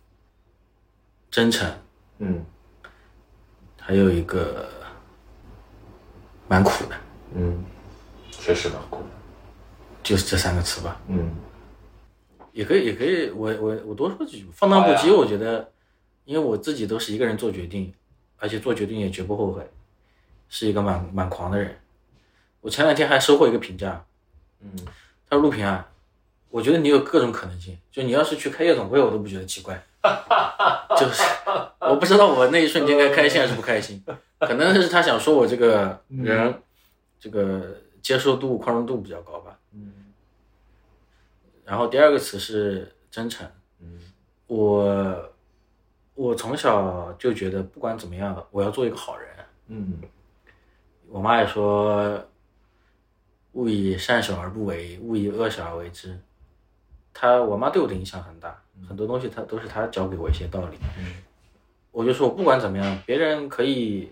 真诚，
嗯
还有一个蛮苦的，
嗯，确实蛮酷的。
就是这三个词吧。
嗯
也可以，也可以，我我我多说几句。放荡不
好
羁，
呀
我觉得，因为我自己都是一个人做决定，而且做决定也绝不后悔，是一个蛮蛮狂的人。我前两天还收获一个评价，
嗯
他说陆平啊，我觉得你有各种可能性，就你要是去开夜总会，我都不觉得奇怪。 [LAUGHS] 就是我不知道我那一瞬间该开心还是不开心，可能是他想说我这个人，这个接受度、宽容度比较高吧。
嗯
然后第二个词是真诚，
嗯
我我从小就觉得不管怎么样，我要做一个好人。
嗯
我妈也说，勿以善小而不为，勿以恶小而为之。她我妈对我的影响很大，很多东西她都是她教给我一些道理。我就说，不管怎么样，别人可以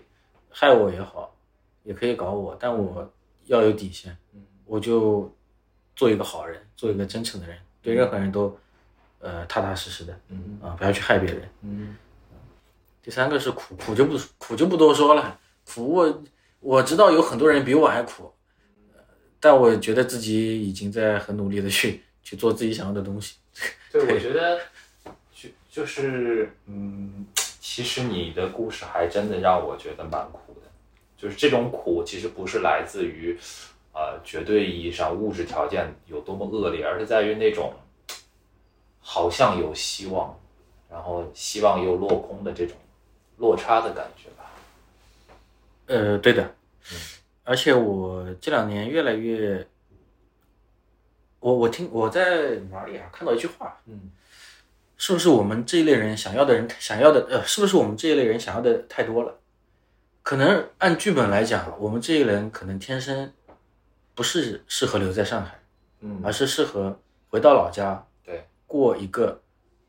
害我也好，也可以搞我，但我要有底线。我就做一个好人，做一个真诚的人，对任何人都呃踏踏实实的
嗯
啊，不要去害别人。
嗯
第三个是苦，苦就不苦就不多说了，苦我我知道有很多人比我还苦，呃但我觉得自己已经在很努力的去去做自己想要的东西。
对，我觉得就就是嗯，其实你的故事还真的让我觉得蛮苦的，就是这种苦其实不是来自于呃绝对意义上物质条件有多么恶劣，而是在于那种好像有希望，然后希望又落空的这种落差的感觉吧。
呃，对的，而且我这两年越来越，我我听我在哪里啊看到一句话，
嗯
是不是我们这一类人想要的人想要的呃，是不是我们这一类人想要的太多了？可能按剧本来讲，我们这一类人可能天生不是适合留在上海，而
嗯，
是适合回到老家
对，
过一个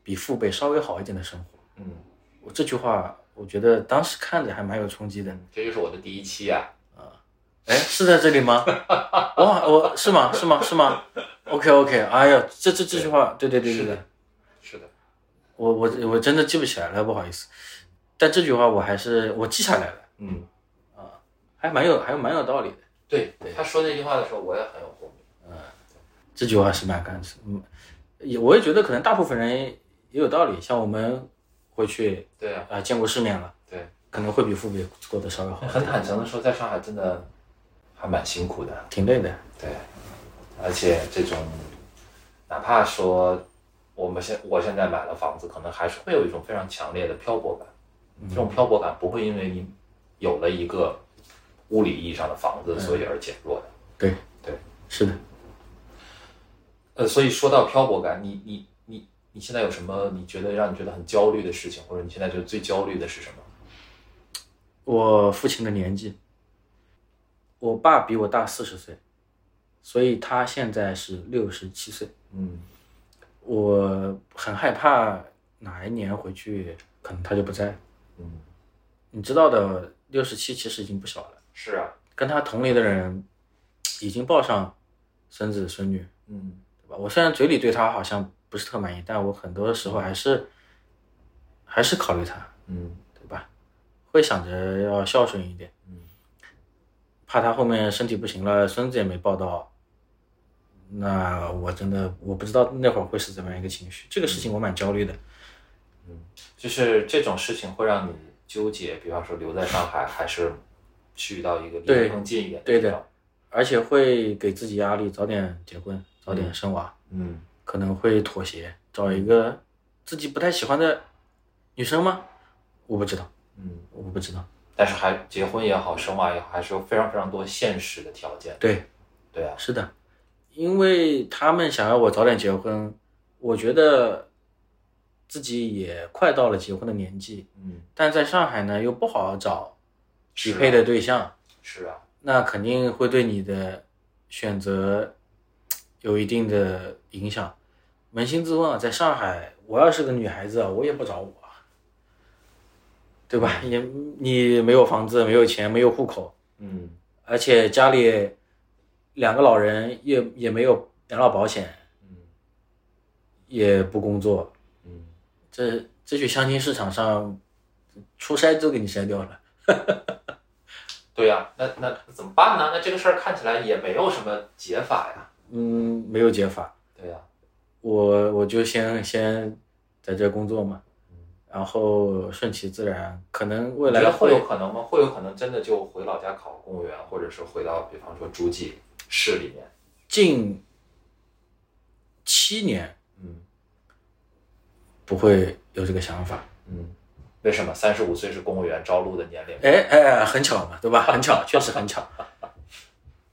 比父辈稍微好一点的生活。
嗯，
我这句话，我觉得当时看着还蛮有冲击的。
这就是我的第一期啊。
哎，是在这里吗？我好我是吗？是吗？是吗？OK OK，哎呀，这这这句话，对对对对
是
对
的，是的，
我我我真的记不起来了，不好意思。但这句话我还是我记下来了，
嗯，
还蛮有还蛮有道理的。
对，他说那句话的时候，我也很有共鸣。
这句话是蛮感触，嗯，也我也觉得可能大部分人也有道理，像我们回去
对啊，
啊、见过世面了，
对，
可能会比父辈过得稍微好，
很坦诚的说，在上海真的还蛮辛苦的。
挺累的。
对，而且这种，哪怕说我们现我现在买了房子，可能还是会有一种非常强烈的漂泊感。这种漂泊感不会因为你有了一个物理意义上的房子，所以而减弱的。
对
对，
是的。
呃，所以说到漂泊感，你你你你现在有什么你觉得让你觉得很焦虑的事情，或者你现在觉得最焦虑的是什么？
我父亲的年纪，我爸比我大四十岁，所以他现在是六十七岁。
嗯
我很害怕哪一年回去，可能他就不在。
嗯，
你知道的，六十七其实已经不小了，
是啊，
跟他同龄的人已经抱上孙子孙女，
嗯
对吧？我虽然嘴里对他好像不是特满意，但我很多时候还是还是考虑他，
嗯
对吧？会想着要孝顺一点，
嗯，
怕他后面身体不行了，孙子也没抱到，那我真的我不知道那会儿会是怎么样一个情绪，这个事情我蛮焦虑的。
就是这种事情会让你纠结，比方说留在上海，还是去到一个离得
对
更近一点
对
地
的
方。
而且会给自己压力，早点结婚，早点生娃，
嗯
可能会妥协，找一个自己不太喜欢的女生吗？我不知道，
嗯，
我不知道。
但是还结婚也好，生娃也好，还是有非常非常多现实的条件。
对，
对啊，
是的，因为他们想要我早点结婚，我觉得自己也快到了结婚的年纪，
嗯，
但在上海呢又不好找匹
是
配
啊
的对象，
是啊，
那肯定会对你的选择有一定的影响。扪心自问啊，在上海，我要是个女孩子啊，我也不找我啊，对吧？ [LAUGHS] 也你没有房子，没有钱，没有户口，
嗯
而且家里两个老人也也没有养老保险，
嗯
也不工作，
嗯，
这这去相亲市场上出筛都给你筛掉了。
对呀、那那那怎么办呢？那这个事儿看起来也没有什么解法呀。
嗯，没有解法。
对呀、
我我就先先在这工作嘛，然后顺其自然，可能未
你觉
来
得会有可能吗？会有可能真的就回老家考公务员，或者是回到比方说诸暨市里面。
近七年
嗯
不会有这个想法。
嗯，为什么三十五岁是公务员招录的年龄？
哎哎，很巧嘛，对吧？很巧，确实很巧。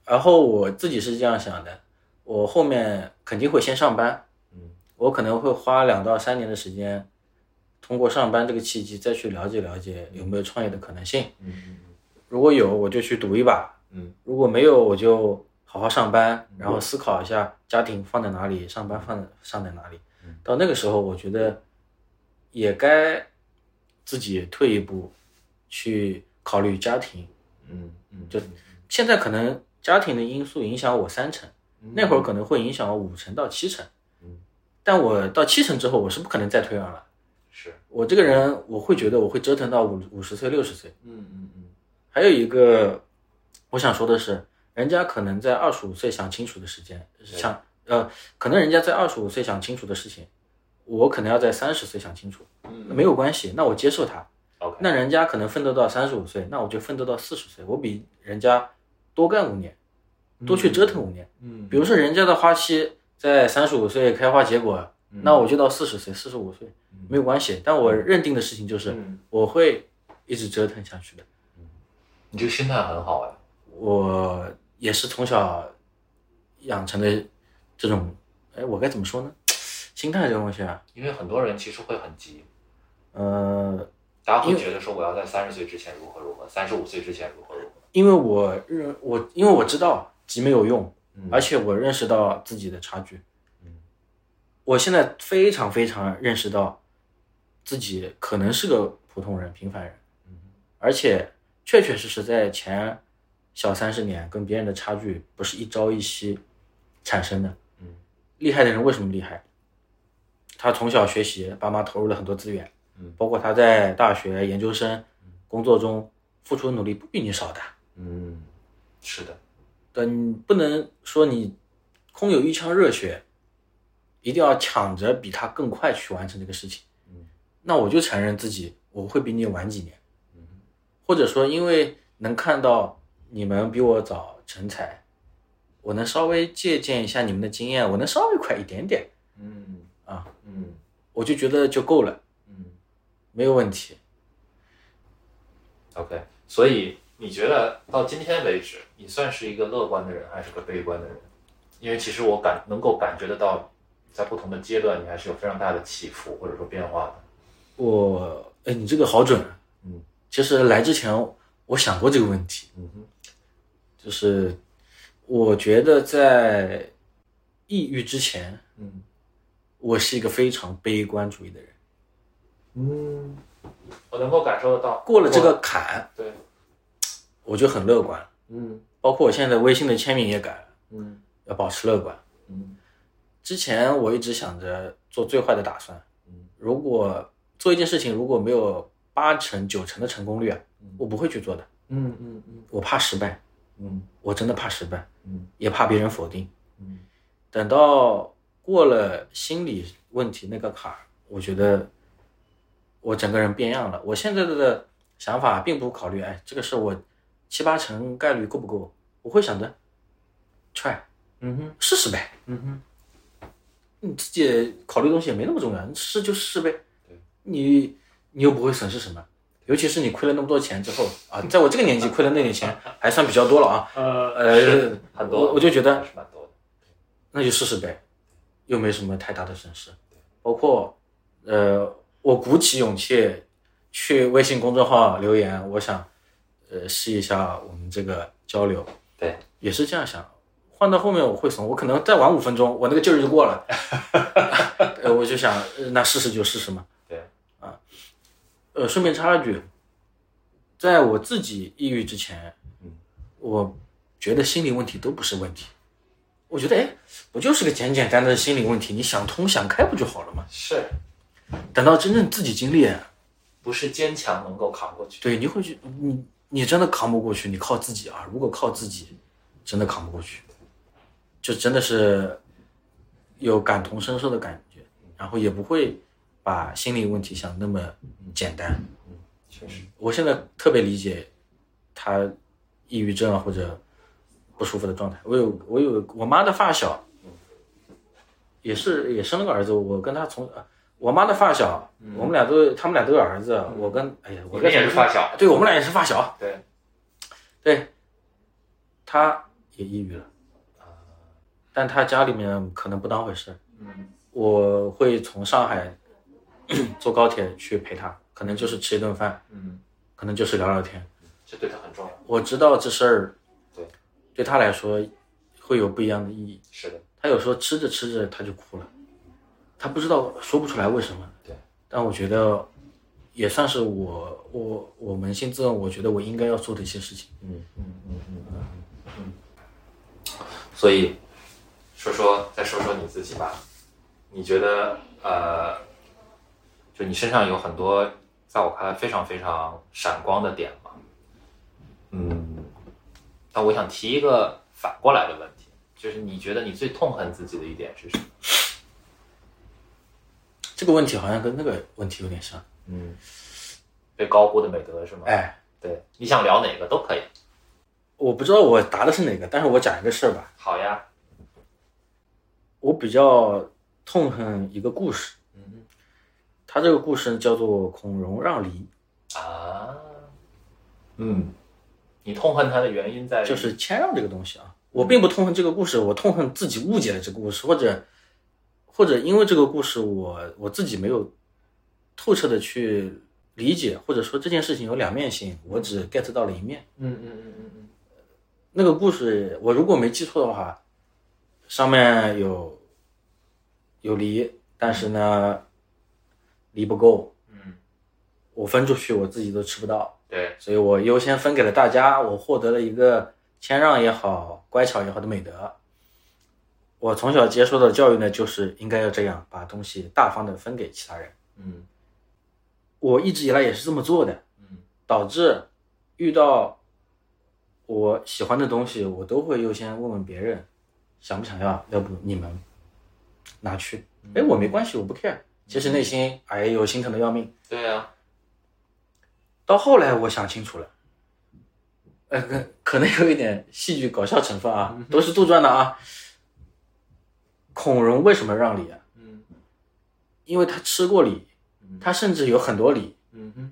然后我自己是这样想的，我后面肯定会先上班，
嗯
我可能会花两到三年的时间，通过上班这个契机再去了解了解有没有创业的可能性。
嗯嗯
如果有，我就去赌一把，
嗯
如果没有，我就好好上班，然后思考一下家庭放在哪里，上班放在上在哪里
嗯。
到那个时候，我觉得也该自己退一步去考虑家庭。
嗯嗯，
就现在可能家庭的因素影响我三成，那会儿可能会影响我五成到七成
嗯。
但我到七成之后，我是不可能再退让了。
是
我这个人，我会觉得我会折腾到五五十岁、六十岁。
嗯嗯嗯
还有一个我想说的是，人家可能在二十五岁想清楚的时间，想呃，可能人家在二十五岁想清楚的事情，我可能要在三十岁想清楚，
嗯
没有关系，那我接受他。
OK
那人家可能奋斗到三十五岁，那我就奋斗到四十岁，我比人家多干五年，多去折腾五年。
嗯
比如说人家的花期在三十五岁开花结果，
嗯
那我就到四十岁、四十五岁没有关系。但我认定的事情就是
嗯，
我会一直折腾下去的。
你这个心态很好哎，
我也是从小养成的这种，哎，我该怎么说呢？心态这个东西啊，
因为很多人其实会很急，
呃，
大家会觉得说我要在三十岁之前如何如何，三十五岁之前如何如何。
因为我认我，因为我知道急没有用，
嗯
而且我认识到自己的差距
嗯。
我现在非常非常认识到自己可能是个普通人、平凡人，嗯而且确确实实在前小三十年跟别人的差距不是一朝一夕产生的。
嗯
厉害的人为什么厉害？他从小学习，爸妈投入了很多资源，
嗯
包括他在大学、研究生、工作中付出的努力不比你少的。
嗯，是的，
但你不能说你空有一腔热血，一定要抢着比他更快去完成这个事情。
嗯
那我就承认自己我会比你晚几年，
嗯
或者说因为能看到你们比我早成才，我能稍微借鉴一下你们的经验，我能稍微快一点点，
嗯
啊
嗯
我就觉得就够了，
嗯
没有问题。
，OK。所以你觉得到今天为止，你算是一个乐观的人，还是个悲观的人？因为其实我感能够感觉得到，在不同的阶段，你还是有非常大的起伏或者说变化的。
我，哎，你这个好准啊。
嗯，
其实来之前我想过这个问题，
嗯哼，
就是我觉得在抑郁之前，
嗯
我是一个非常悲观主义的人。
嗯，我能够感受得到。
过了这个坎，
对，
我就很乐观。
嗯
包括我现在微信的签名也改了，
嗯
要保持乐观。
嗯
之前我一直想着做最坏的打算，
嗯
如果做一件事情如果没有八成九成的成功率啊
嗯，
我不会去做的。
嗯嗯嗯
我怕失败，
嗯
我真的怕失败，
嗯
也怕别人否定。
嗯
等到过了心理问题那个坎儿，我觉得我整个人变样了。我现在的想法并不考虑，哎，这个事我七八成概率够不够？我会想着 try
嗯哼
试试呗，
嗯哼
你自己考虑的东西也没那么重要，你试就试呗
对。
你你又不会损失什么，尤其是你亏了那么多钱之后啊，在我这个年纪亏了那点钱还算比较多了啊。
呃
呃， [LAUGHS]
很多，
我我就觉得
是蛮多的。
那就试试呗，又没什么太大的损失。包括，呃，我鼓起勇气去微信公众号留言，我想，呃，试一下我们这个交流，
对，
也是这样想。换到后面我会怂，我可能再晚五分钟，我那个劲儿就过
[LAUGHS]
了。呃，我就想，呃那试试就试试嘛。啊
对，
呃，顺便插一句，在我自己抑郁之前，
嗯，
我觉得心理问题都不是问题。我觉得，哎，不就是个简简单单的心理问题？你想通想开不就好了吗？
是
等到真正自己经历，
不是坚强能够扛过去？
对，你会去，你你真的扛不过去，你靠自己啊！如果靠自己，真的扛不过去，就真的是有感同身受的感觉，然后也不会把心理问题想那么简单。
确实，
我现在特别理解他抑郁症啊或者不舒服的状态。我有我有我妈的发小，也是也生了个儿子，我跟他从啊我妈的发小，我们俩都他们俩都有儿子，我跟哎呀，我
你们
跟
也是发小，
对我们俩也是发小，
对，
对，他也抑郁了，呃但他家里面可能不当回事。
嗯
我会从上海 [CLEARS THROAT] 坐高铁去陪他，可能就是吃一顿饭，
嗯，
可能就是聊聊天。
这对他很重要。
我知道这事儿，
对，
对他来说会有不一样的意义。
是的，
他有时候吃着吃着他就哭了，他不知道说不出来为什么。
对，
但我觉得也算是我我我扪心自问，我觉得我应该要做的一些事情。
嗯嗯嗯嗯嗯嗯。所以，说说再说说你自己吧，你觉得呃，就你身上有很多在我看来非常非常闪光的点嘛？嗯，但我想提一个反过来的问题，就是你觉得你最痛恨自己的一点是什么？
这个问题好像跟那个问题有点像。
嗯，被高估的美德是吗？，
哎，
对，你想聊哪个都可以。
我不知道我答的是哪个，但是我讲一个事儿吧。
好呀，
我比较痛恨一个故事，
嗯
它这个故事叫做《孔融让梨
啊，嗯，你痛恨他的原因在》，于
就是谦让这个东西啊。我并不痛恨这个故事，我痛恨自己误解了这个故事，或者或者因为这个故事我，我自己没有透彻的去理解，或者说这件事情有两面性，我只 get 到了一面。
嗯嗯嗯嗯嗯，
那个故事，我如果没记错的话，上面有有梨，但是呢，梨不够，
嗯，
我分出去我自己都吃不到，
对，
所以我优先分给了大家，我获得了一个谦让也好、乖巧也好的美德。我从小接受的教育呢，就是应该要这样，把东西大方的分给其他人。
嗯
我一直以来也是这么做的，
嗯
导致遇到我喜欢的东西，我都会优先问问别人想不想要，要不你们拿去，哎，我没关系，我不 care。其实内心哎呦心疼的要命。
对呀、
到后来我想清楚了，呃，可可能有一点戏剧搞笑成分啊，都是杜撰的啊。孔融为什么让梨啊？
嗯
因为他吃过梨，他甚至有很多梨，
嗯哼，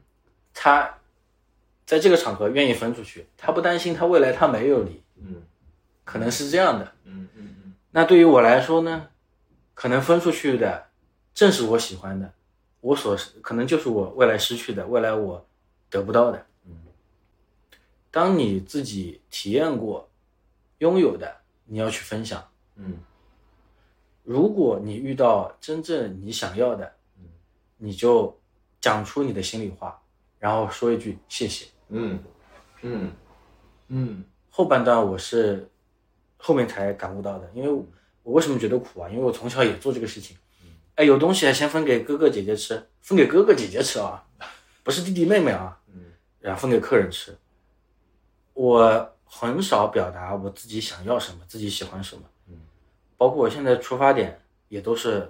他在这个场合愿意分出去，他不担心他未来他没有梨，
嗯
可能是这样的。
嗯嗯
那对于我来说呢，可能分出去的正是我喜欢的，我所可能就是我未来失去的，未来我得不到的。
嗯，
当你自己体验过、拥有的，你要去分享。
嗯
如果你遇到真正你想要的
嗯，
你就讲出你的心里话，然后说一句谢谢。
嗯嗯嗯
后半段我是后面才感悟到的，因为我我为什么觉得苦啊？因为我从小也做这个事情，哎，有东西还先分给哥哥姐姐吃，分给哥哥姐姐吃啊，不是弟弟妹妹啊，
嗯
然后分给客人吃。我很少表达我自己想要什么，自己喜欢什么，
嗯
包括我现在出发点也都是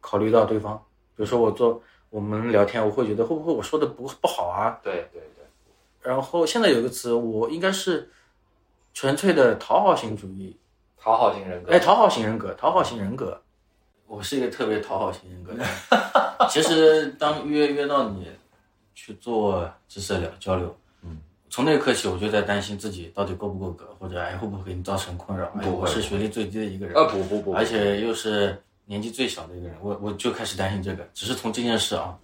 考虑到对方。比如说我做我们聊天，我会觉得会不会我说的不不好啊，
对对对，
然后现在有个词，我应该是纯粹的讨好型主义，
讨好型人格，
哎，讨好型人格，讨好型人格。我是一个特别讨好型人 [LAUGHS] 格的人。其实当约约到你去做知识的聊交流，
嗯，
从那一刻起，我就在担心自己到底够不够格，或者哎会不会给你造成困扰。哎，
不会
我是学历最低的一个人，
啊不不不，
而且又是年纪最小的一个人，我我就开始担心这个。只是从这件事啊，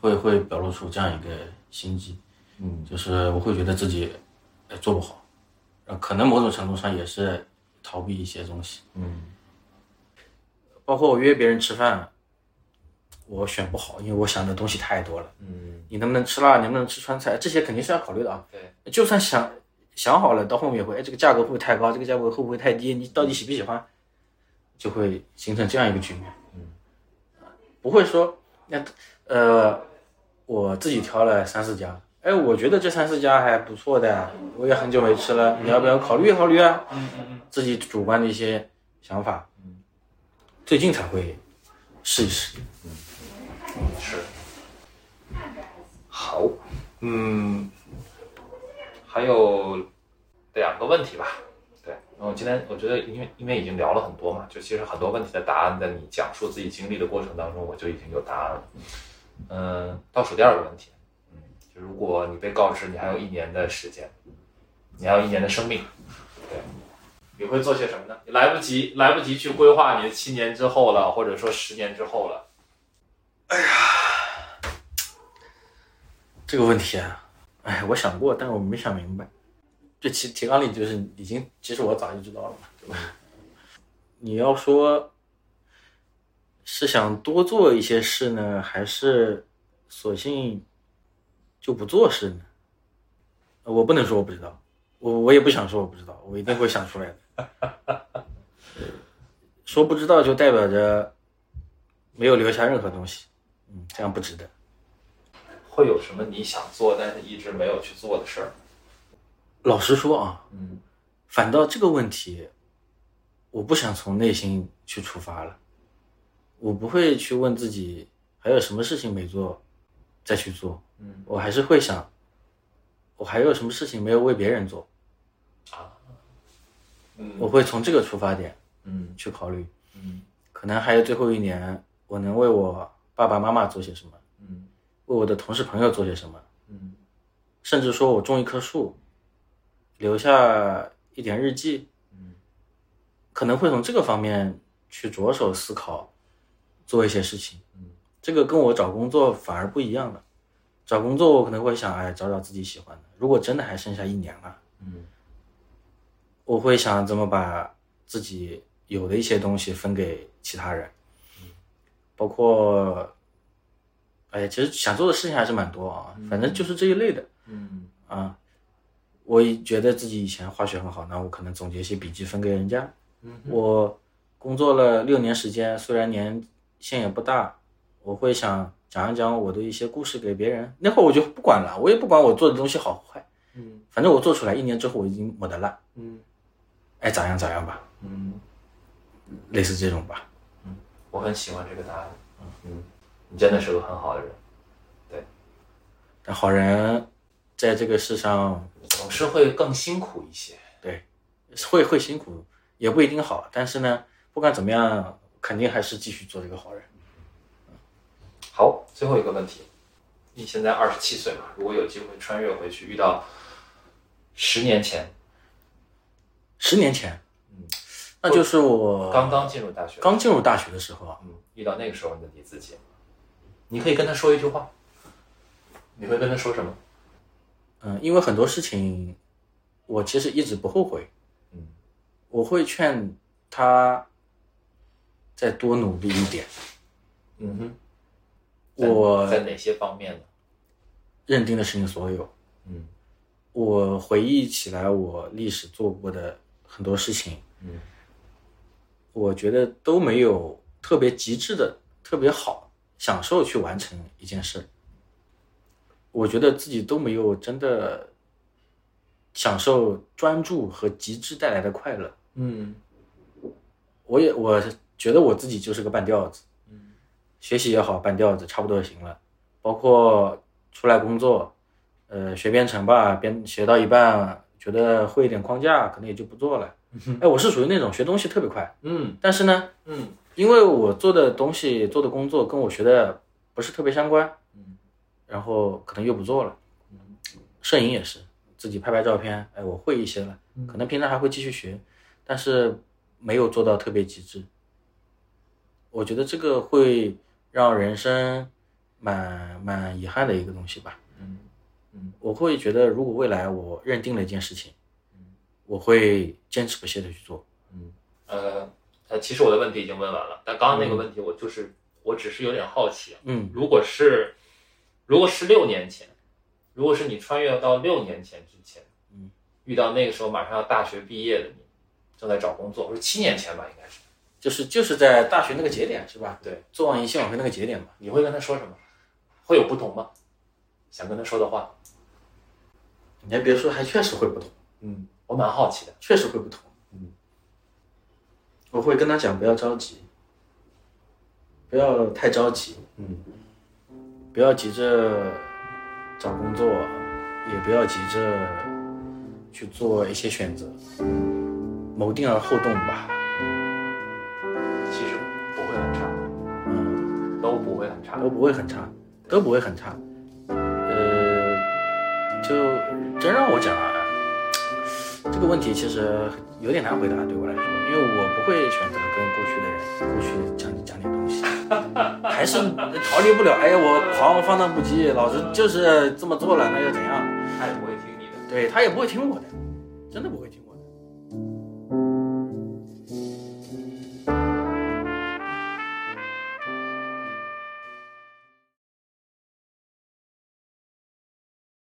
会会表露出这样一个心机。
嗯
就是我会觉得自己呃做不好，呃，可能某种程度上也是逃避一些东西。
嗯
包括我约别人吃饭，我选不好，因为我想的东西太多了。
嗯
你能不能吃辣？能不能吃川菜？这些肯定是要考虑的啊。
对，
就算想想好了，到后面也会，哎，这个价格会不会太高？这个价格会不会太低？你到底喜不喜欢？就会形成这样一个局面。
嗯，
不会说那呃，我自己挑了三四家，哎，我觉得这三四家还不错的，我也很久没吃了，你要不要考虑考虑啊？
嗯嗯
自己主观的一些想法，最近才会试一试。
嗯是，好，嗯，还有两个问题吧。对，那我今天我觉得，因为因为已经聊了很多嘛，就其实很多问题的答案，在你讲述自己经历的过程当中，我就已经有答案了。嗯，倒数第二个问题，嗯，就如果你被告知你还有一年的时间，你还有一年的生命，对，你会做些什么呢？你来不及，来不及去规划你的七年之后了，或者说十年之后了。
这个问题啊，哎，我想过，但我没想明白。这提提纲里就是已经，其实我早就知道了嘛，对吧？你要说是想多做一些事呢，还是索性就不做事呢？呃我不能说我不知道，我我也不想说我不知道，我一定会想出来的。 [LAUGHS] 说不知道就代表着没有留下任何东西，嗯，这样不值得。
会有什么你想做但是一直没有去做的事儿？
老实说啊，
嗯
反倒这个问题，我不想从内心去出发了，我不会去问自己还有什么事情没做，再去做。
嗯
我还是会想，我还有什么事情没有为别人做，
嗯
我会从这个出发点
嗯
去考虑。
嗯
可能还有最后一年，我能为我爸爸妈妈做些什么，
嗯
为我的同事朋友做些什么，
嗯
甚至说我种一棵树，留下一点日记，
嗯
可能会从这个方面去着手思考，做一些事情。
嗯，
这个跟我找工作反而不一样了。找工作我可能会想，哎，找找自己喜欢的。如果真的还剩下一年了，
嗯
我会想怎么把自己有的一些东西分给其他人，
嗯
包括，哎，其实想做的事情还是蛮多啊，反正就是这一类的
嗯
啊。我觉得自己以前化学很好，那我可能总结一些笔记分给人家，
嗯
我工作了六年时间，虽然年限也不大，我会想讲一讲我的一些故事给别人。那会儿我就不管了，我也不管我做的东西好坏，
嗯
反正我做出来一年之后我已经抹得烂，
嗯
哎，咋样咋样吧。
嗯
类似这种吧。
我很喜欢这个答案。嗯，你真的是个很好的人。
但好人在这个世上
总是会更辛苦一些。
会会辛苦，也不一定好，但是呢，不管怎么样，肯定还是继续做这个好人。
好，最后一个问题，你现在二十七岁嘛？如果有机会穿越回去，遇到十年前
十年前，
嗯，
那就是我
刚刚进入大学，
刚进入大学的时候啊，
嗯，遇到那个时候的你自己，你可以跟他说一句话，你会跟他说什么？
嗯，因为很多事情，我其实一直不后悔，
嗯，
我会劝他再多努力一点。
嗯哼，在
我
在哪些方面呢？
认定的是你所有，
嗯
我回忆起来我历史做过的很多事情，
嗯
我觉得都没有特别极致的、特别好享受去完成一件事。我觉得自己都没有真的享受专注和极致带来的快乐。
嗯
我也我觉得我自己就是个半吊子，
嗯
学习也好，半吊子差不多就行了。包括出来工作，呃，学编程吧，编学到一半觉得会一点框架，可能也就不做了。哎，我是属于那种学东西特别快，
嗯
但是呢，
嗯
因为我做的东西、做的工作跟我学的不是特别相关，
嗯
然后可能又不做了。摄影也是，自己拍拍照片，哎，我会一些了，可能平常还会继续学，但是没有做到特别极致。我觉得这个会让人生蛮蛮遗憾的一个东西吧。
嗯嗯
我会觉得，如果未来我认定了一件事情，我会坚持不懈的去做。
嗯，呃，呃其实我的问题已经问完了，但刚刚那个问题我就是我只是有点好奇啊，
嗯，
如果是，如果是六年前，如果是你穿越到六年前之前，
嗯，
遇到那个时候马上要大学毕业的你，正在找工作，或者七年前吧，应该是，
就是就是在大学那个节点是吧？
对，
做完一切往回那个节点吧。
你会跟他说什么？会有不同吗？想跟他说的话，
你还别说，还确实会不同，
嗯，我蛮好奇的，
确实会不同。
嗯，
我会跟他讲，不要着急，不要太着急，
嗯
不要急着找工作，也不要急着去做一些选择，谋定而后动吧。
其实不会很差，
嗯，
都不会很差
都，不会很差，都不会很差。呃，就真让我讲啊，这个问题其实有点难回答对我来说，因为我不会选择跟过去的人过去讲讲点东西， [LAUGHS] 还是逃离不了。哎呀，我狂放荡不羁，老子就是这么做了，那又怎样？
他也不会听你的。
对他也不会听我的，真的不会听我的。